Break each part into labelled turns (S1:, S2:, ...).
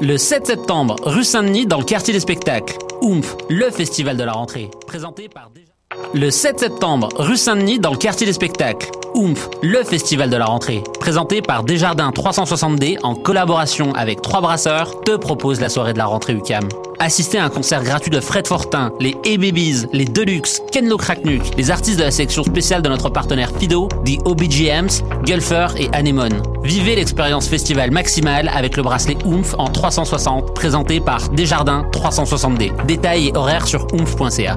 S1: Le 7 septembre, rue Saint-Denis, dans le quartier des spectacles. Oomph, le festival de la rentrée. Présenté par Déjà- Le 7 septembre, rue Saint-Denis, dans le quartier des spectacles. Oomph, le festival de la rentrée. Présenté par Desjardins 360D, en collaboration avec Trois Brasseurs, te propose la soirée de la rentrée UCAM. Assistez à un concert gratuit de Fred Fortin, les A-Babies, les Deluxe, Kenlo Kraknuk, les artistes de la section spéciale de notre partenaire Fido, The OBGMs, Gulfer et Anemone. Vivez l'expérience festival maximale avec le bracelet Oomph en 360, présenté par Desjardins 360D. Détails et horaires sur oomph.ca.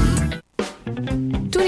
S2: Tous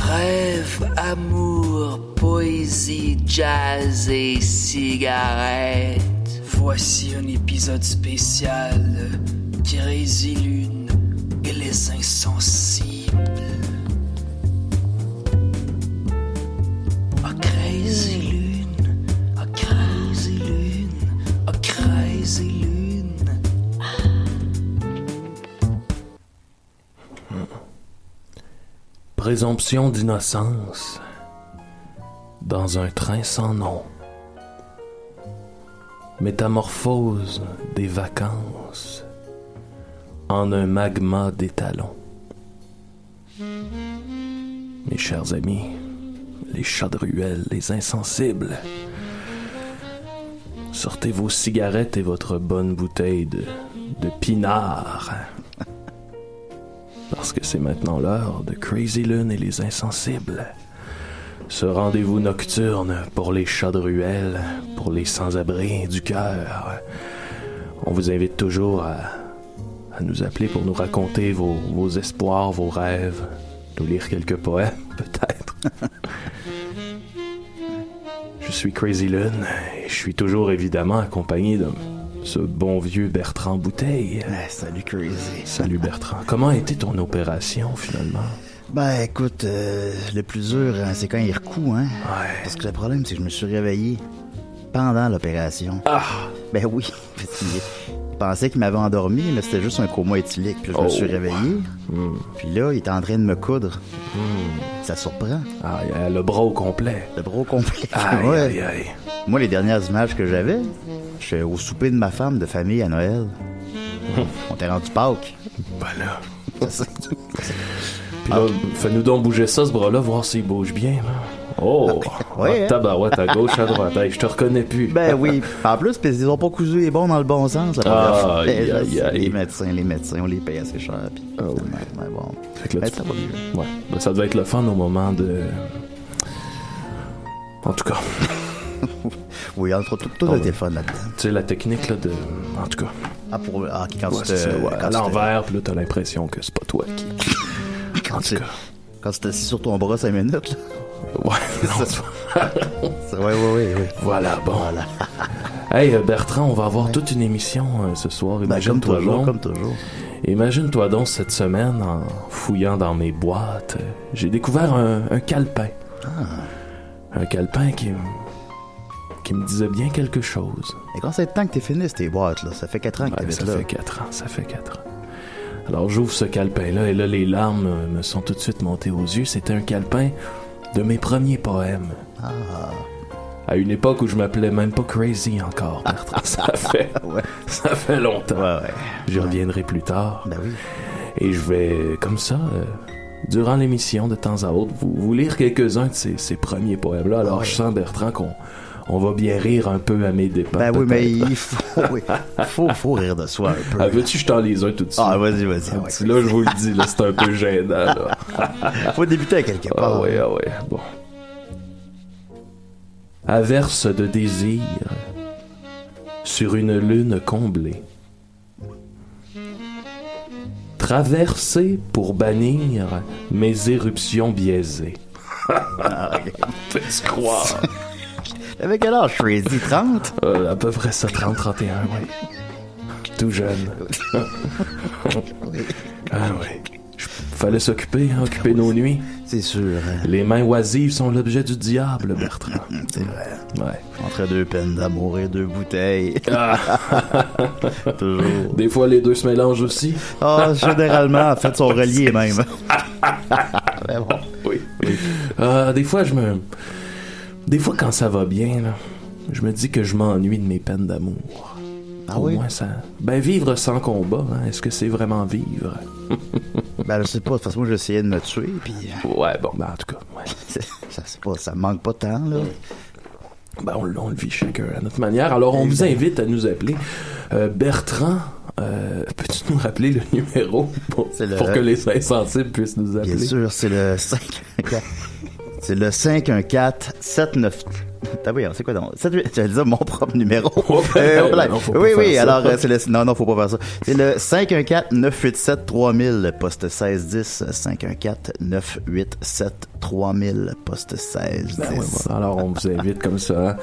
S3: Rêve, amour, poésie, jazz et cigarette. Voici un épisode spécial qui résilune les insensibles. A crazy lune, a crazy lune, a crazy lune.
S4: Présomption d'innocence dans un train sans nom. Métamorphose des vacances en un magma d'étalons. Mes chers amis, les chats de ruelle, les insensibles, sortez vos cigarettes et votre bonne bouteille de, de pinard. Parce que c'est maintenant l'heure de Crazy Lune et les Insensibles. Ce rendez-vous nocturne pour les chats de ruelle, pour les sans-abri du cœur. On vous invite toujours à, à nous appeler pour nous raconter vos, vos espoirs, vos rêves, nous lire quelques poèmes, peut-être. je suis Crazy Lune et je suis toujours évidemment accompagné de ce bon vieux Bertrand Bouteille.
S5: Ah, salut Crazy.
S4: Salut Bertrand. Comment a été ton opération finalement
S5: Ben écoute, euh, le plus dur, hein, c'est quand il recoue, hein.
S4: Ouais.
S5: Parce que le problème, c'est que je me suis réveillé pendant l'opération.
S4: Ah
S5: Ben oui, parce qu'il il pensait qu'il m'avait endormi, mais c'était juste un coma éthylique. Puis là, je me suis
S4: Oh.
S5: réveillé. Puis là, il était en train de me coudre.
S4: Hmm.
S5: Ça surprend.
S4: Ah, il y a le bras au complet.
S5: Le gros complet.
S4: Aïe,
S5: Ouais.
S4: aïe, aïe.
S5: Moi, les dernières images que j'avais, j'étais au souper de ma femme de famille à Noël.
S4: Hmm.
S5: On était rendu Pâques.
S4: Ben là. Puis
S5: Ah.
S4: là, fais-nous donc bouger ça, ce bras-là, voir s'il bouge bien. là. Oh!
S5: Ouais,
S4: Ah,
S5: hein.
S4: tabarouette, à gauche, à droite. Hey, je te reconnais plus.
S5: Ben oui. En plus, parce qu'ils ont pas cousu les bons dans le bon sens. La première
S4: Aïe,
S5: fois. Ben, je
S4: aïe,
S5: sais,
S4: aïe.
S5: Les médecins, les médecins, on les paye assez cher. Puis,
S4: Ah oui.
S5: mais- mais bon.
S4: Fait que là,
S5: Ben,
S4: Bah, tu-
S5: ça va mieux.
S4: Ouais. Ben, ça devait être le fun au moment de. En tout cas,
S5: Oui, entre tout, tout
S4: Ah
S5: le
S4: oui.
S5: téléphone là-dedans.
S4: tu sais, la technique là, de. En tout cas.
S5: Ah, pour... ah, quand
S4: Ouais,
S5: tu
S4: c'est
S5: te...
S4: ça, ouais,
S5: quand
S4: à
S5: tu te-
S4: l'envers, puis là, t'as l'impression que c'est pas toi qui.
S5: Quand tu
S4: tout cas.
S5: quand tu t'assis sur ton bras 5 minutes. Là.
S4: Ouais, non, c'est pas-
S5: Ça- Ouais, ouais, ouais. ouais.
S4: Voilà, bon. Hey euh, Bertrand, on va avoir toute une émission euh, ce soir.
S5: Ben, comme
S4: Imagine-toi
S5: toujours,
S4: donc.
S5: comme toujours.
S4: Imagine-toi donc cette semaine en fouillant dans mes boîtes, euh, j'ai découvert un, un calepin.
S5: Ah.
S4: Un calepin qui m- qui me disait bien quelque chose.
S5: Et quand c'est le temps que t'es fini, ces boîtes, là, ça fait 4 ans que
S4: Ouais,
S5: t'es
S4: Ah, ben, ça
S5: là.
S4: fait 4 ans, ça fait 4 ans. Alors j'ouvre ce calepin-là et là les larmes euh, me sont tout de suite montées aux yeux. C'était un calepin de mes premiers poèmes.
S5: Ah.
S4: À une époque où je m'appelais même pas Crazy encore, Bertrand. ça fait,
S5: Ouais.
S4: ça fait longtemps.
S5: Ouais, ouais.
S4: J'y reviendrai plus tard.
S5: Ben oui.
S4: Et je vais, euh, comme ça, euh, durant l'émission, de temps à autre, vous, vous lire quelques-uns de ces, ces premiers poèmes-là. Alors, je sens, Bertrand, qu'on on va bien rire un peu à mes dépens.
S5: Ben oui,
S4: peut-être.
S5: mais il faut, oui. faut, faut rire de soi un peu.
S4: Ah, veux-tu que je t'en lise un tout de suite?
S5: Ah, vas-y, vas-y.
S4: Un
S5: ouais.
S4: petit, Là, je vous le dis, là, c'est un peu gênant. Là.
S5: Faut débuter à quelque
S4: Ah
S5: part.
S4: ouais, ah ouais, bon. Averse de désir sur une lune comblée. Traversée pour bannir mes éruptions biaisées. Peux-tu croire?
S5: Avec quel âge, Crazy? 30?
S4: Euh, à peu près ça, 30-31, oui. Tout jeune. ah oui. Fallait s'occuper, hein, occuper nos nuits.
S5: C'est sûr. hein.
S4: Les mains oisives sont l'objet du diable, Bertrand.
S5: C'est vrai.
S4: Ouais.
S5: Entre deux peines d'amour et deux bouteilles.
S4: Ah.
S5: Toujours.
S4: Des fois, les deux se mélangent aussi.
S5: Ah, généralement, en fait, sont reliés même. Mais bon.
S4: Oui. Euh, des fois, je me. Des fois, quand ça va bien, là, je me dis que je m'ennuie de mes peines d'amour.
S5: Ah
S4: Au
S5: oui?
S4: moins, ça. Ben, vivre sans combat, hein, est-ce que c'est vraiment vivre?
S5: Ben, je sais pas. De toute façon, moi, j'essayais de me tuer, puis euh,
S4: Ouais, bon, ben, en tout cas, ouais.
S5: ça, c'est pas, ça manque pas tant, là.
S4: Ben, on, on le vit chacun à notre manière. Alors, on vous invite à nous appeler. Euh, Bertrand, euh, peux-tu nous rappeler le numéro pour,
S5: C'est le-
S4: pour que les insensibles puissent nous appeler?
S5: Bien sûr, c'est le 514. C'est le 514 79 Ah oui, c'est quoi donc? 78 J'allais dire mon propre numéro.
S4: Oh, ben,
S5: Euh, voilà.
S4: non, faut pas
S5: oui,
S4: faire
S5: oui,
S4: ça.
S5: alors euh, c'est le. Non, non, faut pas faire ça. C'est le 514-987-3000, le poste 1610. 514-987-3000, poste 1610.
S4: Ben ouais, voilà. Alors, on vous invite comme ça hein,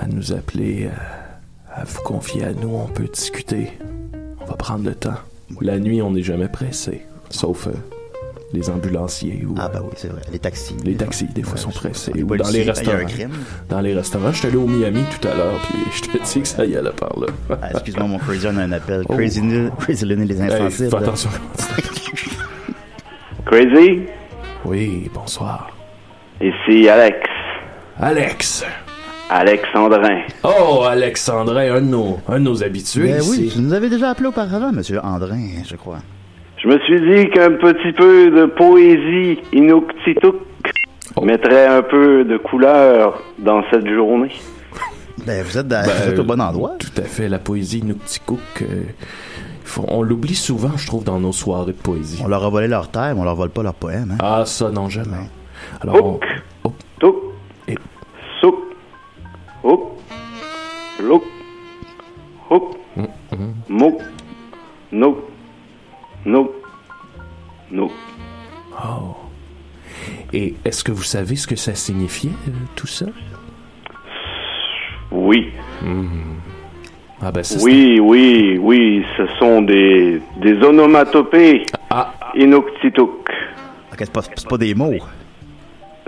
S4: à nous appeler, euh, à vous confier à nous. On peut discuter. On va prendre le temps. La nuit, on n'est jamais pressé, sauf euh, les ambulanciers ou
S5: Ah, ben
S4: euh,
S5: oui, c'est vrai. Les taxis.
S4: les taxis. Des fois, sont pressés.
S5: Les
S4: ou dans les
S5: policiers, quand il y a
S4: restaurants.
S5: un crime.
S4: Dans les restaurants. J'étais allé au Miami tout à l'heure, puis je te dis que ça y allait par là.
S5: Ah, excuse-moi, mon crazy, on a un appel.
S4: Oh.
S5: Crazy, Lun- crazy Lune et les
S4: Hey,
S5: insensibles.
S4: fais attention.
S6: Crazy,
S4: Oui, bonsoir.
S6: ici Alex,
S4: Alex.
S6: Alexandrin.
S4: Oh, Alexandrin, un de nos, un de nos habitués
S5: Ben oui,
S4: ici.
S5: tu nous avais déjà appelé auparavant, monsieur Andrin, je crois.
S6: Je me suis dit qu'un petit peu de poésie inuktitut
S4: Oh.
S6: mettrait un peu de couleur dans cette journée.
S5: Ben, vous êtes, dans- vous êtes au bon endroit.
S4: Tout à fait, la poésie Nuktikuk. euh, faut- on l'oublie souvent, je trouve, dans nos soirées de poésie.
S5: On leur a volé leur terre, mais on leur vole pas leur poème. Hein?
S4: Ah, ça, non, jamais. Alors, on-
S6: Hook,
S4: oh,
S6: tuk,
S4: Et-
S6: souk, hook, louk, hook,
S4: Mm,
S6: mouk, nouk, nouk, nouk.
S4: et est-ce que vous savez ce que ça signifiait, euh, tout ça?
S6: Oui,
S4: Ah, ben, ça,
S6: oui, oui, oui, ce sont des, des onomatopées
S4: Ah.
S6: inuktitut.
S5: Ok, c'est pas, c'est pas des mots.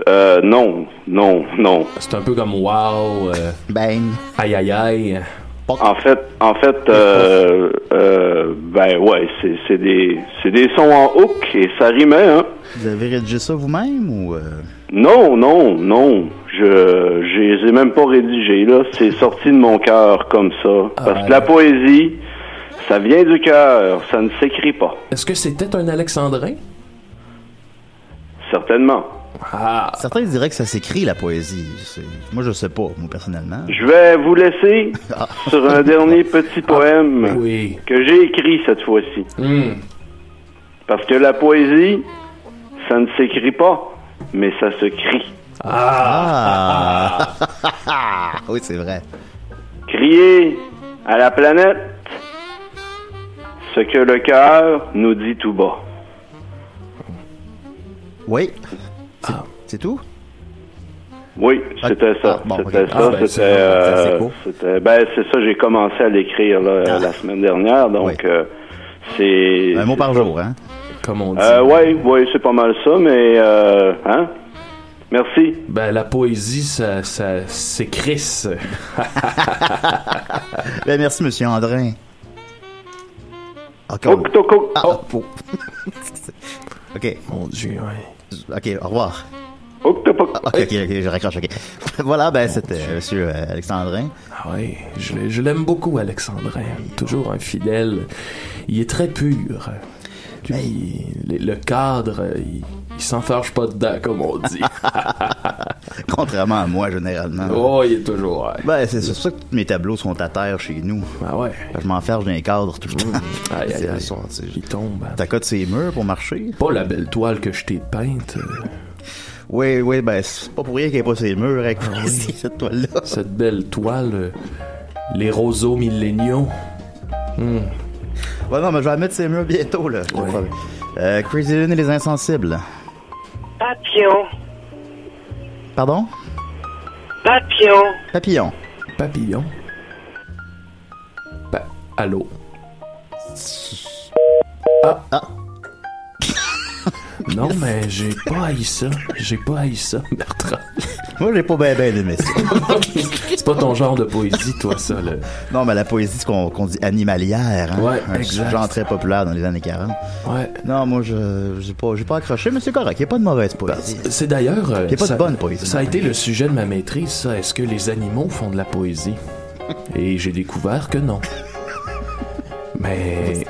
S6: Euh, non, non, non.
S4: c'est- c'est un peu comme wow, euh,
S5: Bang.
S4: aïe aïe aïe.
S6: En fait, en fait, euh, euh, ben ouais, c'est, c'est des, c'est des sons en hook et ça rimait, hein.
S5: Vous avez rédigé ça vous-même ou. euh,
S6: Non, non, non. Je, je les ai même pas rédigés, là. C'est sorti de mon cœur comme ça. Parce que la poésie, ça vient du cœur, ça ne s'écrit pas.
S4: Est-ce que c'était un Alexandrin?
S6: Certainement.
S4: Ah,
S5: Certains diraient que ça s'écrit, la poésie. C'est- Moi, je sais pas, moi, personnellement.
S6: Je vais vous laisser sur un dernier petit poème
S4: oui.
S6: que j'ai écrit cette fois-ci.
S4: Hmm.
S6: Parce que la poésie, ça ne s'écrit pas, mais ça se crie.
S5: Ah! oui, c'est vrai.
S6: Crier à la planète ce que le cœur nous dit tout bas.
S5: Oui. C'est- C'est tout?
S6: Oui, c'était ça.
S5: Ah, bon,
S6: c'était
S5: ok.
S6: ça.
S5: Ah, ben, c'est-
S6: c'était,
S5: ça, c'est
S6: euh,
S5: cool.
S6: c'était- ben, c'est ça, j'ai commencé à l'écrire là,
S5: Ah.
S6: la semaine dernière. Donc,
S5: Oui.
S6: euh, c'est.
S5: Un mot par jour, hein?
S4: Comme on dit.
S6: Euh, ouais, ouais, c'est pas mal ça, mais. euh, hein? Merci.
S4: Ben, la poésie, ça, ça s'écrisse.
S5: Ben, merci, monsieur Andrin. Encore.
S6: Toc, toc, toc.
S5: Ah,
S6: Oh,
S5: oh. ok,
S4: Mon Dieu, ouais.
S5: ok, au revoir.
S6: toc, toc, toc.
S5: Ok, ok, ok, je raccroche, ok. voilà, ben c'était euh, monsieur euh, Alexandrin.
S4: Ah ouais, je, l'ai- je l'aime beaucoup, Alexandrin. Toujours un fidèle. Il est très pur. Lui, il- le cadre, il, il s'enfarge pas dedans, comme on dit.
S5: Contrairement à moi, généralement.
S4: oh, il est toujours. ouais.
S5: Ben, c'est c'est pour ça que tous mes tableaux sont à terre chez nous.
S4: Ah ouais.
S5: Je m'enferme dans les cadres
S4: Mm.
S5: toujours.
S4: Aïe, aïe, aïe.
S5: Hmm. C'est- c'est-
S4: Il tombe. hein.
S5: T'accotes ses murs pour marcher?
S4: Pas la belle toile que je t'ai peinte. euh,
S5: Oui, oui, ben, c'est pas pour rien qu'il n'y ait pas ses murs avec
S4: Ah
S5: cette toile-là.
S4: cette belle toile. euh, les roseaux milléniaux.
S5: Ouais, Ben non, mais je vais la mettre ses murs bientôt, là. Pas de
S4: Ouais.
S5: problème. Euh, Crazy Lune et les insensibles.
S7: Papillon,
S5: Pardon?
S7: papillon,
S5: Papillon.
S4: Papillon. Pa- Allô? Ah! non, mais j'ai pas haï ça. J'ai pas haï ça, Bertrand.
S5: Moi, j'ai pas bien ben aimé ça.
S4: C'est pas ton genre de poésie, toi, ça, là.
S5: non, mais la poésie, ce qu'on qu'on dit animalière. Hein?
S4: Ouais,
S5: Un
S4: exact.
S5: genre très populaire dans les années 40.
S4: Ouais.
S5: Non, moi, je j'ai pas, j'ai pas accroché, mais c'est correct. Il n'y a pas de mauvaise poésie.
S4: C'est d'ailleurs. euh,
S5: Y a pas de
S4: ça-
S5: bonne poésie. hein.
S4: Ça a été le sujet de ma maîtrise, ça. Est-ce que les animaux font de la poésie? Et j'ai découvert que non. Mais.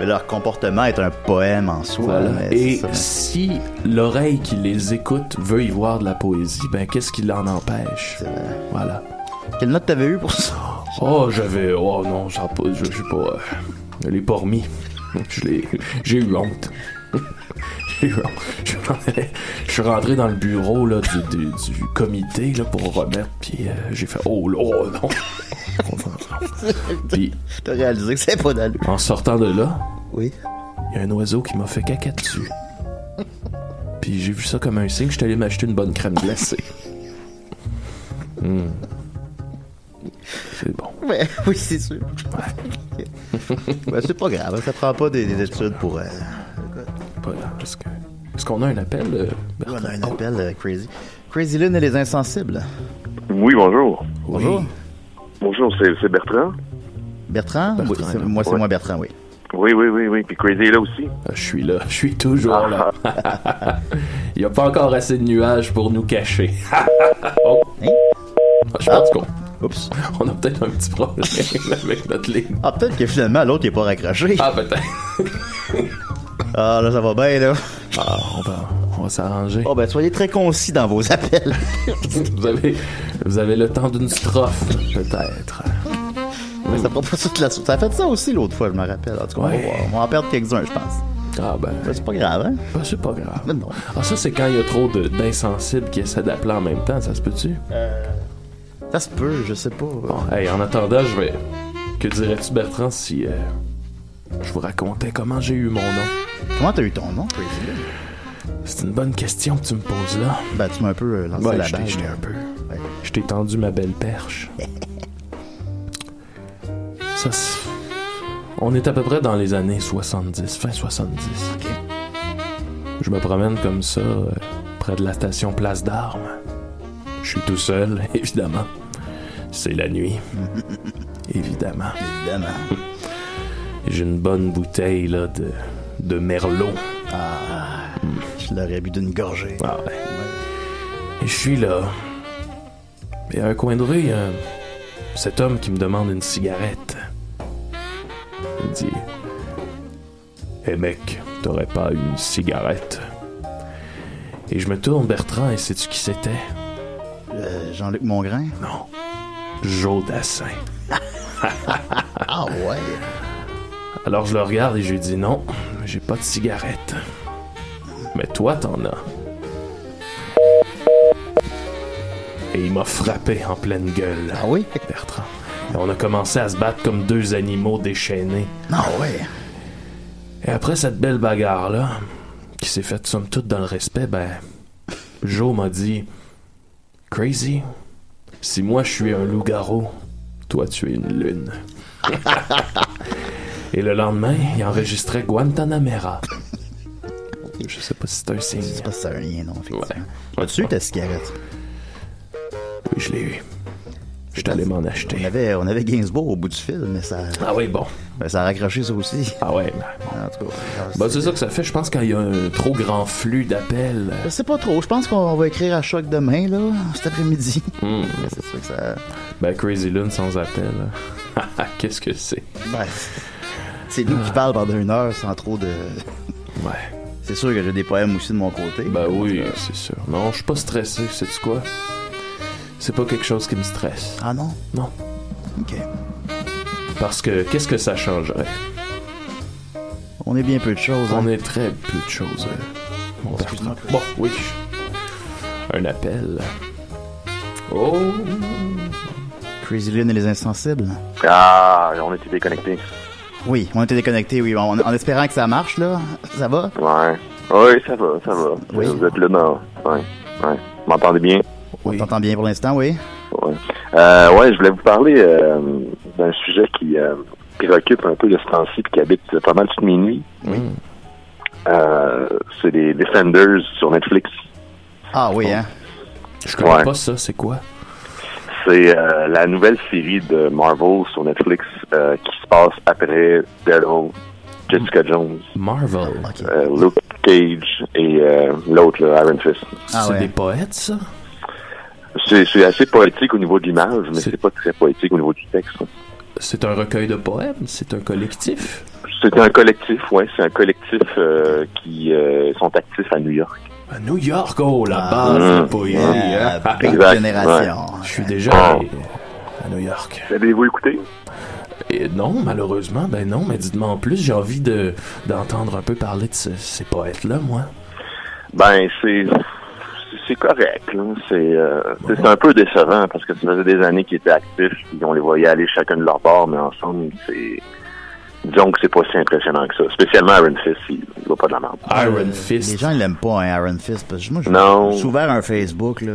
S5: Mais leur comportement est un poème en soi.
S4: Voilà.
S5: mais
S4: Et
S5: c'est ça.
S4: si l'oreille qui les écoute veut y voir de la poésie, ben qu'est-ce qui l'en empêche Voilà.
S5: Quelle note t'avais eu pour ça?
S4: Oh, j'avais. Oh non, ça a pas- je je suis pas. euh, Je l'ai pas remis. Je l'ai. J'ai eu honte. J'ai eu honte. Je suis rentré- Je suis rentré dans le bureau là, du, du- du comité là, pour remettre, puis euh, j'ai fait Oh, là, oh non! puis
S5: T'as réalisé que c'est pas d'allure.
S4: en sortant de là,
S5: Oui.
S4: Il y a un oiseau qui m'a fait caca dessus. Puis j'ai vu ça comme un signe, je suis allé m'acheter une bonne crème glacée. Hmm. C'est bon.
S5: Ouais, oui, c'est sûr. Ben, c'est pas grave, hein, ça prend pas des, des études pour. euh,
S4: Voilà. Est-ce que- est-ce qu'on a un appel? euh,
S5: on
S4: Bertrand?
S5: a un appel euh, crazy. Crazy Lune et les insensibles.
S8: Oui, bonjour.
S5: Bonjour.
S8: Bonjour, c'est c'est Bertrand.
S5: Bertrand?
S4: Bertrand,
S5: Oui, c'est- moi, c'est
S8: ouais.
S5: moi, Bertrand, oui.
S8: Oui, oui, oui, oui. Puis Crazy est là aussi.
S4: Ah, Je suis là, je suis toujours là. Il n'y a pas encore assez de nuages pour nous cacher. Oh.
S5: Hein?
S4: Ah, Je pense qu'on
S5: Oups.
S4: on a peut-être un petit problème avec notre ligne.
S5: Ah, peut-être que finalement, l'autre, il est pas raccroché. Ah,
S4: Ah, peut-être.
S5: là, ça va bien, là.
S4: Ah, on va, on va s'arranger.
S5: Oh, ben, soyez très concis dans vos appels.
S4: Vous avez, vous avez le temps d'une strophe, peut-être.
S5: Mais ça prend pas toute la Ça a fait ça aussi l'autre fois, je me rappelle. En tout cas, on va
S4: Ouais.
S5: voir. on va en perdre quelques-uns, je pense.
S4: Ah ben,
S5: Ben, c'est pas grave, hein?
S4: bah, c'est pas grave.
S5: Mais non.
S4: Ah ça, c'est quand il y a trop de- d'insensibles qui essaient d'appeler en même temps, ça se peut-tu?
S5: Ça se peut, je sais pas.
S4: Bon, hey, en attendant, je vais... Que dirais-tu, Bertrand, si... euh, je vous racontais comment j'ai eu mon nom?
S5: Comment t'as eu ton nom, Crazy Lune?
S4: C'est une bonne question que tu me poses là.
S5: Ben, tu m'as un peu euh, lancé
S4: Ouais,
S5: la
S4: je t'ai-
S5: balle.
S4: je t'ai
S5: là.
S4: un peu.
S5: Ouais.
S4: Je t'ai tendu ma belle perche. Ça, c'est- on est à peu près dans les années 70, fin 70. Je me promène comme ça, euh, près de la station Place d'Armes. Je suis tout seul, évidemment. C'est la nuit. évidemment.
S5: Évidemment.
S4: J'ai une bonne bouteille là, de, de Merlot.
S5: Je l'aurais bu d'une gorgée.
S4: Ah ouais. Et je suis là. Et à un coin de rue, il y a un- cet homme qui me demande une cigarette. Il dit Eh mec, t'aurais pas une cigarette Et je me tourne, Bertrand, et sais-tu qui c'était
S5: Euh, Jean-Luc Mongrain?
S4: Non. Jodassin.
S5: Ah, ouais.
S4: Alors je le regarde et je lui dis Non, j'ai pas de cigarette. Mais toi, t'en as. Et il m'a frappé en pleine gueule.
S5: Ah, oui?
S4: Bertrand. Et on a commencé à se battre comme deux animaux déchaînés.
S5: Ah, ouais.
S4: Et après cette belle bagarre-là, qui s'est faite somme toute dans le respect, ben, Joe m'a dit Crazy, si moi je suis un loup-garou, toi tu es une lune. Et le lendemain, il enregistrait Guantanamera. Je sais pas si c'est un signe.
S5: C'est pas ça, un lien, non, effectivement.
S4: Ouais.
S5: As-tu eu ta cigarette?
S4: Oui, je l'ai eu. Je suis allé m'en acheter.
S5: On avait, on avait Gainsbourg au bout du fil, mais ça.
S4: Ah oui, bon.
S5: Ben, ça a raccroché ça aussi.
S4: Ah ouais.
S5: En tout cas,
S4: Bah, c'est ça que ça fait, je pense, quand il y a un trop grand flux d'appels.
S5: je sais pas trop. Je pense qu'on va écrire à choc demain, là, cet après-midi.
S4: Hmm.
S5: Mais C'est sûr que ça.
S4: Ben, Crazy Lune sans appel. Qu'est-ce que c'est?
S5: Ben, c'est nous qui parlent pendant une heure sans trop de.
S4: Ouais.
S5: C'est sûr que j'ai des poèmes aussi de mon côté.
S4: Ben oui, c'est sûr. Non, je suis pas stressé, sais-tu quoi? C'est pas quelque chose qui me stresse.
S5: Ah non?
S4: Non.
S5: Ok.
S4: Parce que qu'est-ce que ça changerait?
S5: On est bien peu de choses. hein.
S4: On est très peu de choses. euh, mon
S5: Excuse-moi.
S4: Bertrand. Bon, oui. Un appel. Oh!
S5: Crazy Lune et les Insensibles.
S8: Ah, on était déconnectés.
S5: Oui, on était déconnectés, oui. En, en espérant que ça marche, là. Ça va?
S8: Ouais. Oui, ça va, ça va.
S5: Oui.
S8: Vous êtes là, non? Ouais. Ouais. Vous m'entendez bien?
S5: On t'entend bien pour l'instant, oui?
S8: Ouais. Euh, ouais, je voulais vous parler euh, d'un sujet qui, euh, qui occupe un peu de ce temps-ci puis qui habite euh, pas mal toutes mes nuits.
S4: Oui.
S8: Euh, c'est les Defenders sur Netflix.
S5: Ah oui, hein?
S4: Je connais
S8: Ouais.
S4: pas ça, c'est quoi?
S8: C'est euh, la nouvelle série de Marvel sur Netflix euh, qui se passe après Daredevil, Jessica Jones,
S4: Marvel.
S5: Ok.
S8: euh, Luke Cage et euh, l'autre, là, Iron Fist.
S5: Ah
S4: c'est
S5: ouais.
S4: des poètes, ça?
S8: C'est c'est assez poétique au niveau de l'image, mais
S4: C'est-
S8: c'est pas très poétique au niveau du texte.
S4: C'est un recueil de poèmes? C'est un collectif?
S8: C'est un collectif, ouais, c'est un collectif euh, qui euh, sont actifs à New York.
S4: À New York, oh, la
S5: Ah,
S4: base de poésie.
S5: Yeah,
S4: hein.
S5: big
S8: Exact,
S5: génération.
S4: Je suis
S5: Ah.
S4: déjà
S8: Oh.
S4: allé à New York.
S8: L'avez-vous écouté?
S4: Et non, malheureusement, ben non, mais dites-moi en plus, j'ai envie de d'entendre un peu parler de ce- ces poètes-là, moi.
S8: Ben, c'est c'est correct. là. C'est euh, c'est- c'est un peu décevant parce que ça faisait des années qu'ils étaient actifs, puis on les voyait aller chacun de leur bord, mais ensemble, c'est disons que c'est pas si impressionnant que ça. Spécialement Iron Fist, il, il voit pas de la merde.
S4: Iron
S5: Euh,
S4: Fist.
S5: Les gens, ils l'aiment pas, hein, Iron Fist. Parce que moi, je-
S8: Non.
S5: je suis ouvert à un Facebook, là.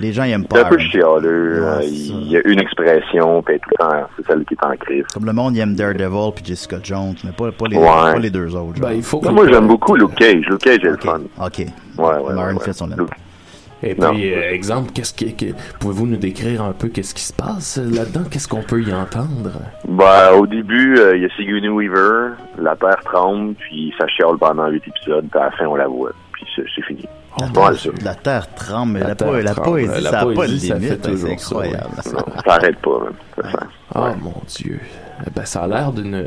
S5: Les gens, ils aiment
S8: C'est
S5: pas.
S8: un peu
S5: Iron Fist.
S8: chialeux.
S5: Ouais,
S8: euh,
S5: c'est ça.
S8: il y a une expression, puis tout le temps, c'est celle qui est en crise.
S5: Comme le monde, il aime Daredevil puis Jessica Jones, mais pas, pas, les,
S8: Ouais.
S5: pas les deux autres. genre.
S4: Ben, il faut que
S8: Non, moi,
S4: les
S8: j'aime
S4: poètes-
S8: beaucoup Luke Cage. Luke Cage est le
S5: Ok,
S8: fun.
S5: Ok.
S8: Ouais, ouais,
S5: Comme
S8: ouais,
S5: Iron
S8: ouais.
S5: Fist, on l'aime.
S8: Luke-
S4: Et
S8: Non.
S4: puis, euh, exemple, qu'est-ce qui, que- pouvez-vous nous décrire un peu qu'est-ce qui se passe euh, là-dedans Qu'est-ce qu'on peut y entendre
S8: Bah, au début, euh, il y a Sigourney Weaver, la Terre tremble, puis ça chiale pendant huit épisodes, puis à la fin, on la voit, puis c'est c'est fini. C'est pas mal, ça.
S5: La terre tremble, mais
S4: La
S5: la,
S4: terre
S5: po- la
S4: tremble,
S5: poésie,
S4: la
S5: ça n'a pas de
S4: poésie, ça fait
S5: limite. hein, C'est
S4: toujours ça, ouais.
S5: incroyable.
S8: Non, ça arrête pas, même. Ça sent.
S4: Oh mon Dieu, Eh ben ça a l'air d'une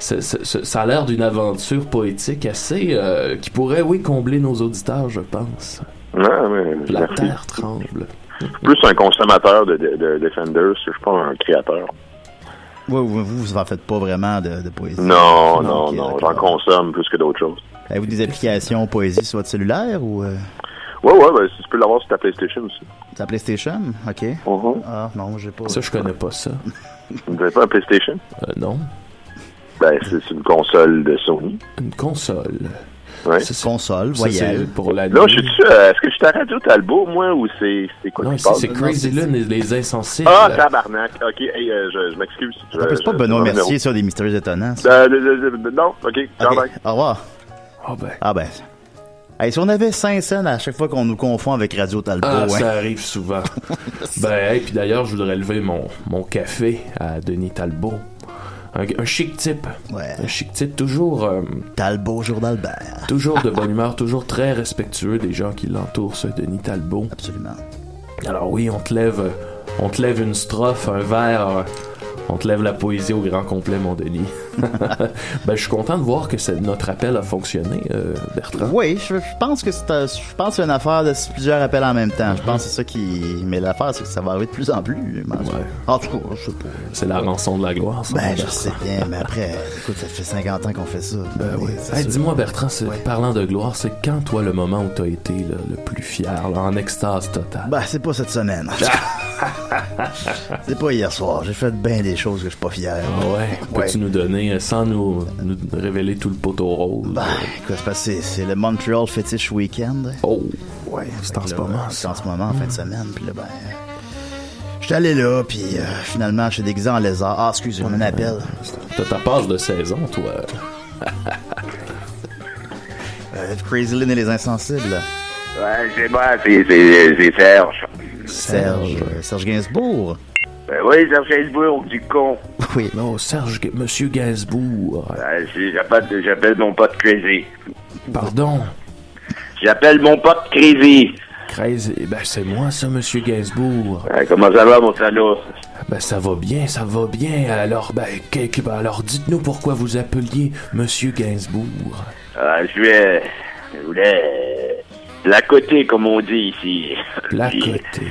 S4: ça- ça- ça ça a l'air d'une aventure poétique assez euh, qui pourrait oui combler nos auditeurs, je pense.
S8: Ouais, ouais,
S4: La
S8: merci.
S4: terre tremble.
S8: Je suis plus un consommateur de, de, de Defenders, je suis pas un créateur.
S5: Ouais, vous, vous, vous en faites pas vraiment de, de poésie.
S8: Non, non,
S5: ok,
S8: non,
S5: d'accord.
S8: j'en consomme plus que d'autres choses.
S5: Avez-vous des applications poésie sur votre cellulaire ou euh,
S8: Ouais, ouais, ben, si tu peux l'avoir sur ta PlayStation aussi.
S5: sur la PlayStation? OK.
S8: Mhm.
S5: Ah, non, j'ai pas.
S4: Ça je connais pas ça.
S8: Vous n'avez pas un PlayStation?
S4: Euh, non,
S8: Ben, c'est c'est une console de Sony.
S4: une console.
S8: Ouais.
S4: Ça, c'est-
S5: Console,
S4: ça, c'est
S5: voyelle.
S4: pour la
S8: Là,
S4: nuit.
S8: je suis euh, Est-ce que je suis à Radio Talbot, moi, ou c'est c'est quoi
S4: Non,
S8: qui se
S4: ici,
S8: passe?
S4: c'est Crazy Lune et les insensibles.
S8: Ah, tabarnak. OK, hey, euh, je, je m'excuse. Je-
S5: Attends, C'est pas
S8: je-
S5: Benoît
S8: non,
S5: Mercier sur des mystérieux étonnants. ça.
S8: non. Euh, euh, euh, euh, non, OK,
S5: Ok,
S8: j'en vais.
S5: Au revoir.
S4: Ah, ben.
S5: Ah ben. Hey, si on avait 5 cents à chaque fois qu'on nous confond avec Radio Talbot,
S4: Ah,
S5: hein.
S4: ça arrive souvent. ben, hey, puis d'ailleurs, je voudrais lever mon, mon café à Denis Talbot. Un, un chic type.
S5: Ouais.
S4: Un chic type, toujours, euh,
S5: Talbot Jour d'Albert.
S4: toujours de bonne humeur, toujours très respectueux des gens qui l'entourent, ce Denis Talbot.
S5: Absolument.
S4: Alors oui, on te lève, euh, on te lève une strophe, un vers, euh, on te lève la poésie au grand complet, mon Denis. ben, je suis content de voir que c'est- notre appel a fonctionné, euh, Bertrand.
S5: Oui, je, je pense que c'est un- je pense que c'est une affaire de plusieurs appels en même temps. Je pense que c'est ça qui. Mais l'affaire, c'est que ça va arriver de plus en plus. mais-
S4: Ouais.
S5: En tout cas, je sais pas.
S4: C'est la rançon de la gloire, ça. mon
S5: Ben, je
S4: Bertrand.
S5: sais bien, mais après, écoute, ça fait 50 ans qu'on fait ça.
S4: Ben oui.
S5: C'est
S4: Hey,
S5: sûr.
S4: Dis-moi, Bertrand, c'est- parlant de gloire, c'est quand, toi, le moment où t'as été là, le plus fier, là, en extase totale?
S5: Ben, c'est pas cette semaine. c'est pas hier soir. J'ai fait bien des choses que je suis pas fier.
S4: Ah ouais? Peux-tu nous donner, euh, sans nous, nous révéler tout le poteau rose?
S5: Ben, écoute, c'est parce que c'est- c'est le Montreal Fetish Weekend.
S4: Oh!
S5: Ouais,
S4: C'est
S5: fait
S4: en
S5: que
S4: ce
S5: là,
S4: moment,
S5: C'est en ce moment, en fin de semaine. Puis là, ben. J'étais allé là, puis euh, finalement, je suis déguisé en lézard. Ah, excusez, on a un appel.
S4: T'as ta passe de saison, toi.
S5: Euh, Crazy Lynn et les Insensibles.
S8: Ouais, c'est moi, c'est Serge.
S5: Serge. euh, Serge Gainsbourg.
S9: Ben oui, Serge Gainsbourg, du con.
S5: Oui.
S4: Non, Serge, Ga- Monsieur Gainsbourg.
S9: Ben, si, j'appelle j'appelle mon pote Crazy.
S4: Pardon.
S9: J'appelle mon pote Crazy.
S4: Crazy. Ben, c'est moi, ça, Monsieur Gainsbourg.
S9: Ben, comment ça va, mon salaud?
S4: Ben, ça va bien, ça va bien. Alors, ben, que- que- ben, alors dites-nous pourquoi vous appeliez Monsieur Gainsbourg.
S9: Ah, je vais... Je voulais... euh, La côté, comme on dit ici.
S4: Placoté.